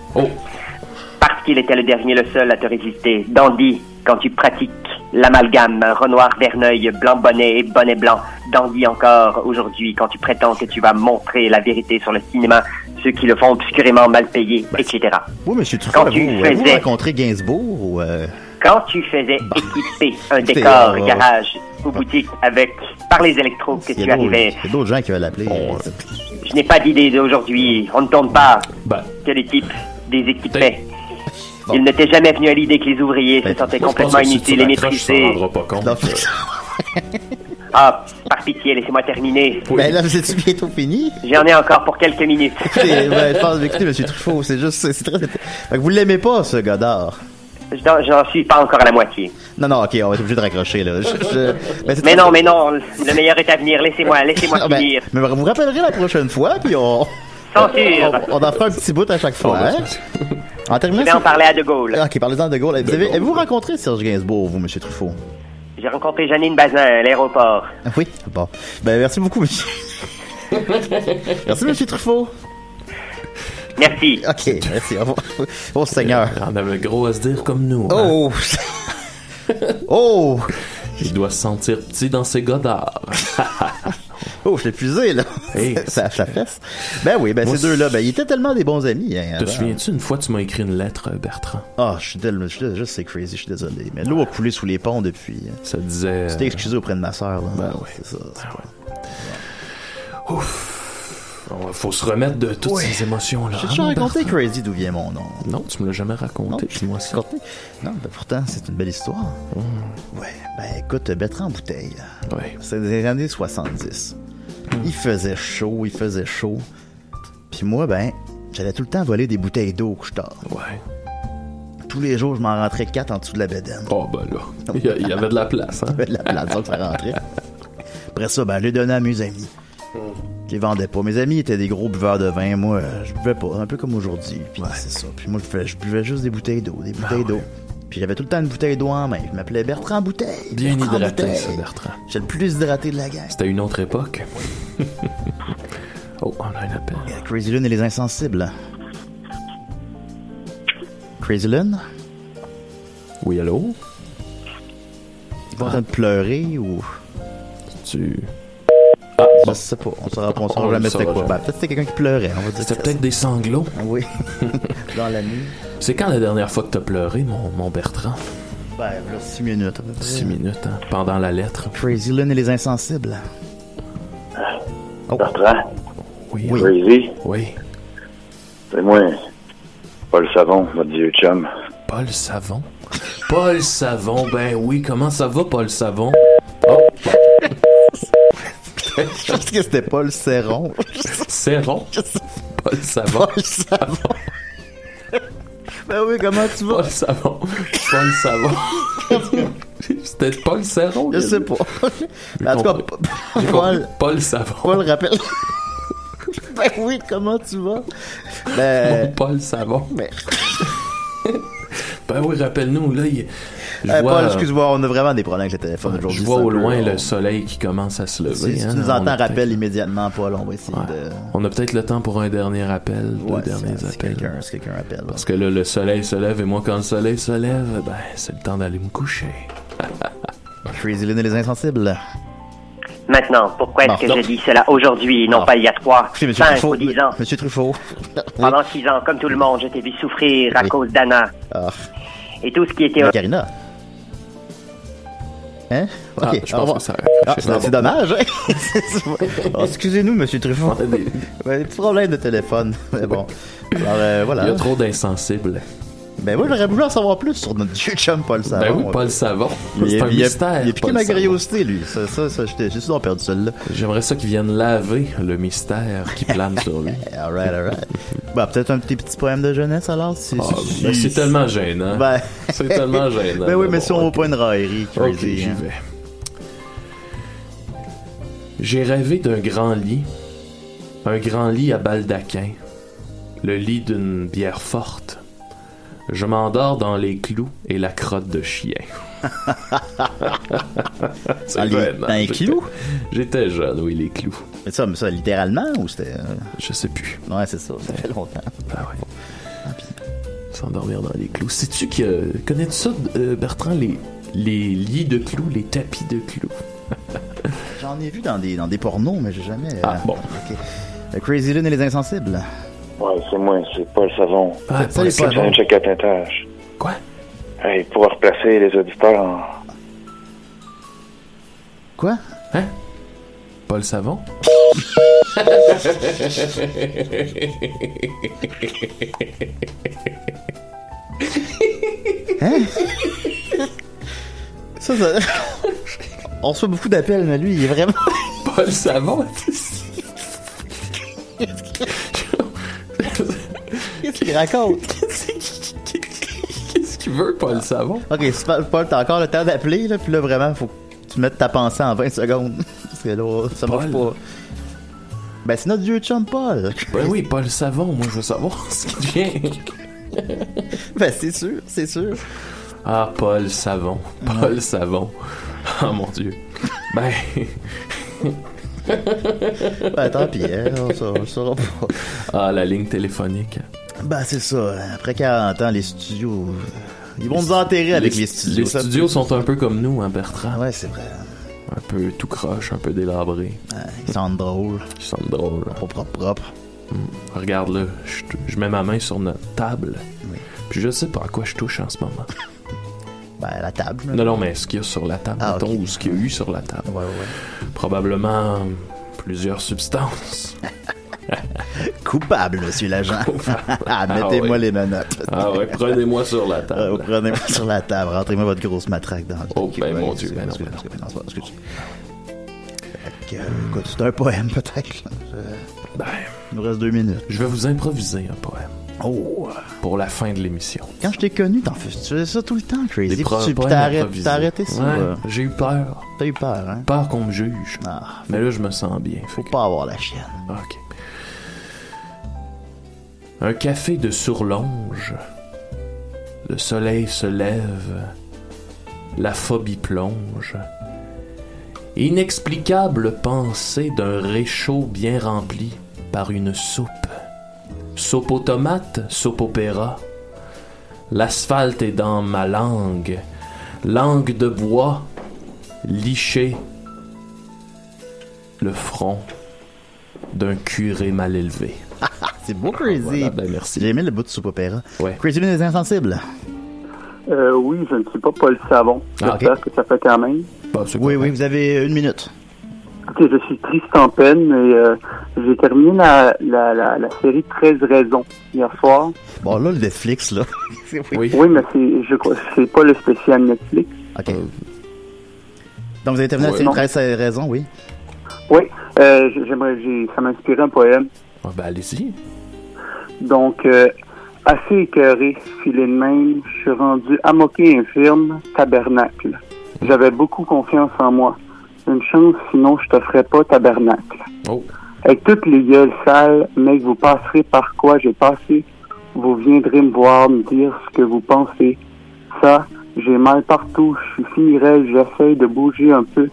S10: parce qu'il était le dernier, le seul à te résister. Dandy, quand tu pratiques l'amalgame, Renoir, Verneuil, Blanc Bonnet et Bonnet Blanc. Dandy encore aujourd'hui, quand tu prétends que tu vas montrer la vérité sur le cinéma, ceux qui le font obscurément mal payés, etc.
S5: Oui, monsieur
S10: Quand
S5: Truffaut,
S10: tu
S5: vous,
S10: faisais-
S5: vous rencontrez Gainsbourg ou... euh,
S10: Quand tu faisais équiper un
S5: C'est-
S10: décor,
S5: euh,
S10: garage ou boutique avec par les électros que
S5: Il
S10: tu
S5: y a d'autres-
S10: arrivais
S5: il y a d'autres gens qui veulent l'appeler. euh,
S10: Je n'ai pas d'idée d'aujourd'hui. On ne tourne pas
S4: Bah.
S10: que les types des équipés. Il n'était jamais venu à l'idée que les ouvriers se sentaient complètement inutiles et maîtrisés.
S4: pas compte.
S10: Ah, par pitié, laissez-moi terminer.
S5: Ben là, vous êtes bientôt fini.
S10: J'en ai encore pour quelques minutes.
S5: Écoutez, ben, je pense, écoutez, monsieur Truffaut, c'est juste... c'est- c'est très... Fait que vous l'aimez pas, ce Godard.
S10: Je n'en- J'en suis pas encore à la moitié.
S5: Non, non, OK, on va être obligé de raccrocher, là. Je- je- ben, c'est-
S10: Mais non, mais non, le meilleur est à venir. Laissez-moi, laissez-moi
S5: Ben,
S10: finir.
S5: mais vous rappellerez la prochaine fois, puis on...
S10: Censure.
S5: On, on en fera un petit bout à chaque fois. hein? En terminant,
S10: Je vais en
S5: c'est-
S10: parler à De Gaulle.
S5: Ok, parlez-en de De Gaulle. Vous avez, vous rencontré Serge Gainsbourg, vous, monsieur Truffaut?
S10: J'ai rencontré Janine Bazin à l'aéroport.
S5: Oui? Bon. Ben, merci beaucoup, monsieur. Merci, monsieur Truffaut.
S10: Merci.
S5: Ok, merci. Au revoir. Oh, Seigneur.
S4: On avait gros à se dire comme nous. hein.
S5: Oh! oh!
S4: Il doit se sentir petit dans ses godards.
S5: oh, je l'ai épuisé, là. ça, ça fesse. Ben oui, ben,
S4: Moi,
S5: ces deux-là, ben, ils étaient tellement des bons amis. hein,
S4: Te
S5: avant.
S4: souviens-tu une fois tu m'as écrit une lettre, euh, Bertrand?
S5: Ah, je suis tellement. Je, je sais, crazy, je suis désolé. Mais l'eau a coulé sous les ponts depuis.
S4: Ça disait. euh,
S5: Tu t'es excusé auprès de ma sœur, là. Ben oui. C'est ça. c'est pas-
S4: On- Faut se remettre de toutes
S5: Ouais.
S4: ces émotions-là.
S5: J'ai déjà
S4: hein,
S5: raconté
S4: Bertrand?
S5: Crazy d'où vient mon nom.
S4: Non, tu me l'as jamais raconté. puis moi aussi.
S5: Non, ben pourtant, c'est une belle histoire. Ouais. Ben écoute, Bertrand Bouteille, c'est des années 70. Il faisait chaud, il faisait chaud. Puis moi, ben, j'allais tout le temps voler des bouteilles d'eau au couche-tard.
S4: Ouais.
S5: Tous les jours, je m'en rentrais quatre en dessous de la bédaine.
S4: Oh, ben là. Il y a- il y avait de la place, hein?
S5: Il y avait de la place, donc ça rentrait. Après ça, ben, je les donnais à mes amis. Je les vendais pas. Mes amis étaient des gros buveurs de vin. Moi, euh, je buvais pas. Un peu comme aujourd'hui. Puis c'est ça. Puis moi, je buvais, je buvais juste des bouteilles d'eau.
S4: Ah
S5: Des bouteilles d'eau. Puis j'avais tout le temps une bouteille d'eau en main. Je m'appelais Bertrand Bouteille.
S4: Bien
S5: Bertrand
S4: hydraté,
S5: Bouteille.
S4: ça, Bertrand.
S5: J'étais le plus hydraté de la gang.
S4: C'était une autre époque. oh, on a un appel.
S5: Euh, Crazy Lune et les insensibles. Crazy Lune?
S4: Oui, allô?
S5: Il
S4: Ah.
S5: va en train de pleurer ou...
S4: Tu...
S5: Je sais pas. On saura, on
S4: On
S5: saura
S4: le
S5: jamais c'était
S4: saura
S5: quoi.
S4: jamais.
S5: Ben, peut-être que c'était quelqu'un qui pleurait. On va dire
S4: C'était
S5: que-
S4: peut-être des sanglots.
S5: Oui. Dans la nuit.
S4: C'est quand la dernière fois que t'as pleuré, mon, mon Bertrand?
S5: Ben, voilà, 6 minutes à peu près.
S4: Six minutes, hein? Pendant la lettre.
S5: Crazy Lune et les insensibles.
S9: Bertrand,
S4: Oui.
S9: Crazy,
S4: Oui.
S9: c'est moi, Paul Savon, votre vieux chum.
S4: Paul Savon? Paul Savon, ben oui. Comment ça va, Paul Savon? Oh!
S5: Je pense que c'était Paul Serron.
S4: C'est rond. Paul Savon.
S5: Paul Savon. ben oui, comment tu vas?
S4: Paul Savon. Paul Savon. C'était Paul Savon.
S5: Je sais pas.
S4: J'ai
S5: en tout cas,
S4: compris.
S5: Paul-
S4: J'ai compris. Paul Savon.
S5: Paul rappelle. ben oui, comment tu vas? Ben.
S4: Mon Paul Savon.
S5: Mais-
S4: Ben oui, rappelle-nous, là, il... je
S5: Euh,
S4: vois,
S5: Paul, excuse-moi, on a vraiment des problèmes avec le téléphone aujourd'hui.
S4: je vois
S5: c'est un
S4: au
S5: peu-
S4: loin
S5: on-
S4: le soleil qui commence à se lever.
S5: Si, si
S4: hein,
S5: tu nous
S4: on
S5: entends,
S4: a peut-être-
S5: rappelle immédiatement, Paul. On va essayer de.
S4: On a peut-être le temps pour un dernier appel,
S5: Ouais,
S4: deux derniers
S5: si
S4: appels.
S5: quelqu'un si quelqu'un appelle.
S4: Parce que là, le soleil se lève, et moi, quand le soleil se lève, ben, c'est le temps d'aller me coucher.
S5: Crazy Lune et les insensibles.
S10: Maintenant, pourquoi est-ce
S5: Bon,
S10: que
S5: donc-
S10: je dis cela aujourd'hui et non
S5: Bon.
S10: pas il y a trois,
S5: Écoutez, Monsieur
S10: cinq
S5: Truffaut.
S10: ou dix ans?
S5: Monsieur Truffaut.
S10: Pendant six ans, comme tout le monde, je t'ai vu souffrir à cause d'Anna.
S5: Ah.
S10: Et tout ce qui était...
S5: Mais Karina. Hein? Ok.
S10: Ah, je
S5: au
S10: pense
S5: revoir.
S10: que ça-
S5: Ah,
S10: je sais
S5: c'est
S10: pas.
S5: c'est dommage, hein? C'est- Oh, Excusez-nous, monsieur Truffaut. Ouais, petit problème de téléphone. Mais bon. Alors, euh, voilà.
S4: Il y a trop
S5: d'insensibles. Ben moi, j'aurais voulu en savoir plus sur notre vieux chum Paul Savon.
S4: Ben oui, Paul Savon. C'est un
S5: il
S4: mystère,
S5: Il a piqué
S4: Paul
S5: ma
S4: Savon.
S5: curiosité, lui. Ça, ça, ça j'étais juste dans perdu celle-là.
S4: J'aimerais ça qu'ils viennent laver le mystère qui plane sur lui.
S5: Alright, alright. Bah, peut-être un petit petit poème de jeunesse, alors? si-
S4: Ah,
S5: si-
S4: ben, c'est
S5: si-
S4: tellement gênant.
S5: Ben-
S4: C'est tellement gênant.
S5: Ben oui,
S4: Mais
S5: mais
S4: bon,
S5: si on voit pas une raillerie,
S4: Ok,
S5: crazy,
S4: j'y
S5: hein.
S4: vais. J'ai rêvé d'un grand lit, un grand lit à baldaquin, le lit d'une bière forte. Je m'endors dans les clous et la crotte de chien. C'est
S5: Dans Ah, les-
S4: vraiment-
S5: dans les
S4: j'étais-
S5: clous?
S4: J'étais jeune, oui, les clous.
S5: Mais ça, mais ça, littéralement, ou c'était. euh,
S4: Je sais plus. Ah
S5: Ouais, c'est ça, ça fait longtemps.
S4: S'endormir dans les clous. Sais-tu que. Connais-tu ça, euh, Bertrand, les, les lits de clous, les tapis de clous
S5: J'en ai vu dans des, dans des pornos, mais j'ai jamais. euh,
S4: Ah, bon.
S5: ok. Euh, Crazy Lune et les Insensibles.
S12: Ouais, c'est moi, c'est Paul Savon.
S4: Euh,
S5: Ah, Paul
S12: J'ai
S5: Savon.
S12: un check à tintage.
S4: Quoi?
S12: Hey, pour replacer les auditeurs en...
S5: Quoi?
S4: Hein? Paul Savon?
S5: Hein? ça, ça. On reçoit beaucoup d'appels, mais lui, il est vraiment.
S4: Paul Savon?
S5: Qu'est-ce qu'il raconte?
S4: Qu'est-ce qu'il veut, Paul Savon?
S5: Ok, c'est pas- Paul, t'as encore le temps d'appeler, là, puis là, vraiment, faut que tu mettes ta pensée en 20 secondes. Parce que là, ça marche pas. Ben, c'est notre vieux chum, Paul.
S4: Ben oui, Paul Savon, moi je veux savoir ce qui devient.
S5: ben, c'est sûr, c'est sûr.
S4: Ah, Paul Savon. Paul Savon. Ah mon dieu. Ben.
S5: ben, tant pis, hein, on saura- on saura pas.
S4: Ah, la ligne téléphonique.
S5: Ben, c'est ça. Après 40 ans, les studios. Ils vont nous enterrer avec les studios.
S4: Les
S5: ça. Ah
S4: studios sont un peu comme nous, hein, Bertrand.
S5: Ouais, c'est vrai. hein,
S4: Un peu tout croche, un peu délabré.
S5: ils sentent drôles.
S4: Ils sentent drôles.
S5: Pas propre, propre.
S4: Regarde là, je, t- je mets ma main sur notre table. Puis je sais pas à quoi je touche en ce moment.
S5: Ben, la table.
S4: Non, non, mais ce qu'il y a sur la table,
S5: Ah,
S4: mettons, ou ce qu'il y a eu sur la table.
S5: Ouais, ouais.
S4: Probablement plusieurs substances.
S5: Coupable, monsieur l'agent. Ah, Mettez-moi
S4: ouais.
S5: les menottes.
S4: Ah ouais, prenez-moi sur la table.
S5: Euh, Prenez-moi sur la table. Rentrez-moi votre grosse matraque dans le
S4: Oh, ben mon Dieu, ben non,
S5: excuse-
S4: ben non.
S5: excuse- excuse- excuse- Fait que, euh, écoute, c'est un poème, peut-être. là. Je- Il nous reste deux minutes.
S4: Ben, Je vais vous improviser un poème.
S5: Oh!
S4: Pour la fin de l'émission.
S5: Quand je t'ai connu, t'en fais- tu faisais ça tout le temps, Crazy.
S4: Des
S5: Puis
S4: pro-
S5: tu- puis
S4: poèmes
S5: T'as arrêté-
S4: improvisés.
S5: t'as arrêté ça.
S4: Ouais,
S5: là.
S4: J'ai eu peur.
S5: T'as eu peur, hein? Ah,
S4: Peur qu'on me juge. Mais là, je me sens bien. Faut
S5: pas avoir la chienne.
S4: Ah, OK. Un café de surlonge. Le soleil se lève. La phobie plonge. Inexplicable pensée d'un réchaud bien rempli par une soupe. Soupe aux tomates, soupe opéra. L'asphalte est dans ma langue. Langue de bois. Liché. Le front d'un curé mal élevé.
S5: c'est beau, Crazy. Ah,
S4: Ben,
S5: J'ai aimé le bout de soupe opéra. Crazy Lune des Insensibles.
S13: Euh, oui, je ne suis pas Paul Savon.
S5: Ah,
S13: J'espère
S5: ok.
S13: que ça fait quand même.
S5: oui, oui, vous avez une minute.
S13: Ok, je suis triste en peine et euh, j'ai terminé la, la, la, la série 13 raisons hier soir.
S5: Bon, là, le Netflix, là.
S13: Oui, mais c'est, je crois, c'est pas le spécial Netflix.
S5: OK.
S4: Euh.
S5: Donc, vous avez terminé
S13: Ouais.
S5: la série
S13: Non.
S5: 13 raisons, oui.
S13: Oui, euh, j- j'aimerais, j'ai, ça m'a inspiré un poème.
S4: Ah ben allez-y.
S13: Donc, euh, assez écœuré, filé de même, je suis rendu amoqué infirme, tabernacle. J'avais beaucoup confiance en moi. Une chance, sinon je te ferais pas tabernacle.
S4: Oh.
S13: Avec toutes les gueules sales, mec, vous passerez par quoi j'ai passé. Vous viendrez me voir, me dire ce que vous pensez. Ça, j'ai mal partout, je suis finirais, j'essaye de bouger un peu,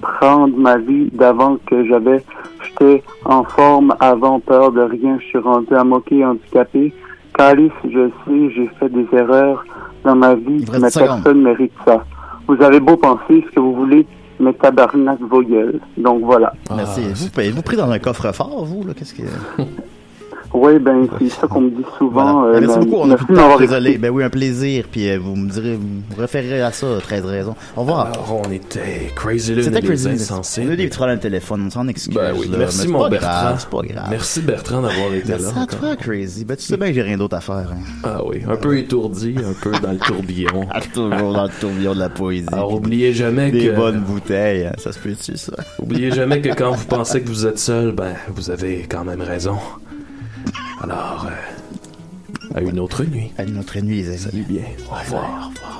S13: prendre ma vie d'avant que j'avais. J'étais en forme avant, peur de rien, je suis rendu à moquer, handicapé. Calice, je sais, j'ai fait des erreurs dans ma vie,
S5: reste
S13: mais
S5: une seconde.
S13: personne mérite ça. Vous avez beau penser ce que vous voulez, mais tabarnak vos gueules. Donc voilà.
S5: Merci. Vous, vous pris dans un coffre-fort, vous, là? Qu'est-ce que.
S13: Oui, ben c'est ça qu'on me dit souvent.
S5: Voilà.
S13: euh,
S5: Merci
S13: ben,
S5: beaucoup, on a
S13: merci
S5: tout le
S13: de
S5: temps,
S13: m'avoir
S5: désolé.
S13: écouté.
S5: Ben oui, un plaisir, puis euh, vous me direz, vous me référerez à ça, 13 raisons. Au revoir.
S4: Ah. Alors, on était Crazy Lune et
S5: C'était
S4: les
S5: Crazy Lune.
S4: Insensibles.
S5: On a eu des petits problèmes de téléphone, on s'en excuse.
S4: Ben oui,
S5: là,
S4: merci,
S5: mais c'est
S4: mon
S5: pas
S4: Bertrand.
S5: grave, C'est pas grave.
S4: Merci, Bertrand, d'avoir été
S5: Merci
S4: là
S5: à
S4: encore.
S5: toi, Crazy. Ben tu sais bien que j'ai rien d'autre à faire. hein.
S4: Ah oui, un peu étourdi, un peu dans le tourbillon.
S5: Toujours dans le tourbillon de la poésie.
S4: Alors, oubliez jamais
S5: Ah, Des
S4: que-
S5: bonnes bouteilles, hein, ça se peut-tu, ça?
S4: Oubliez jamais que quand vous pensez que vous êtes seul, ben, vous avez quand même raison. Alors, euh, à une autre nuit.
S5: À une autre Ah, nuit, les amis.
S4: Salut bien. Au revoir.
S5: Au revoir.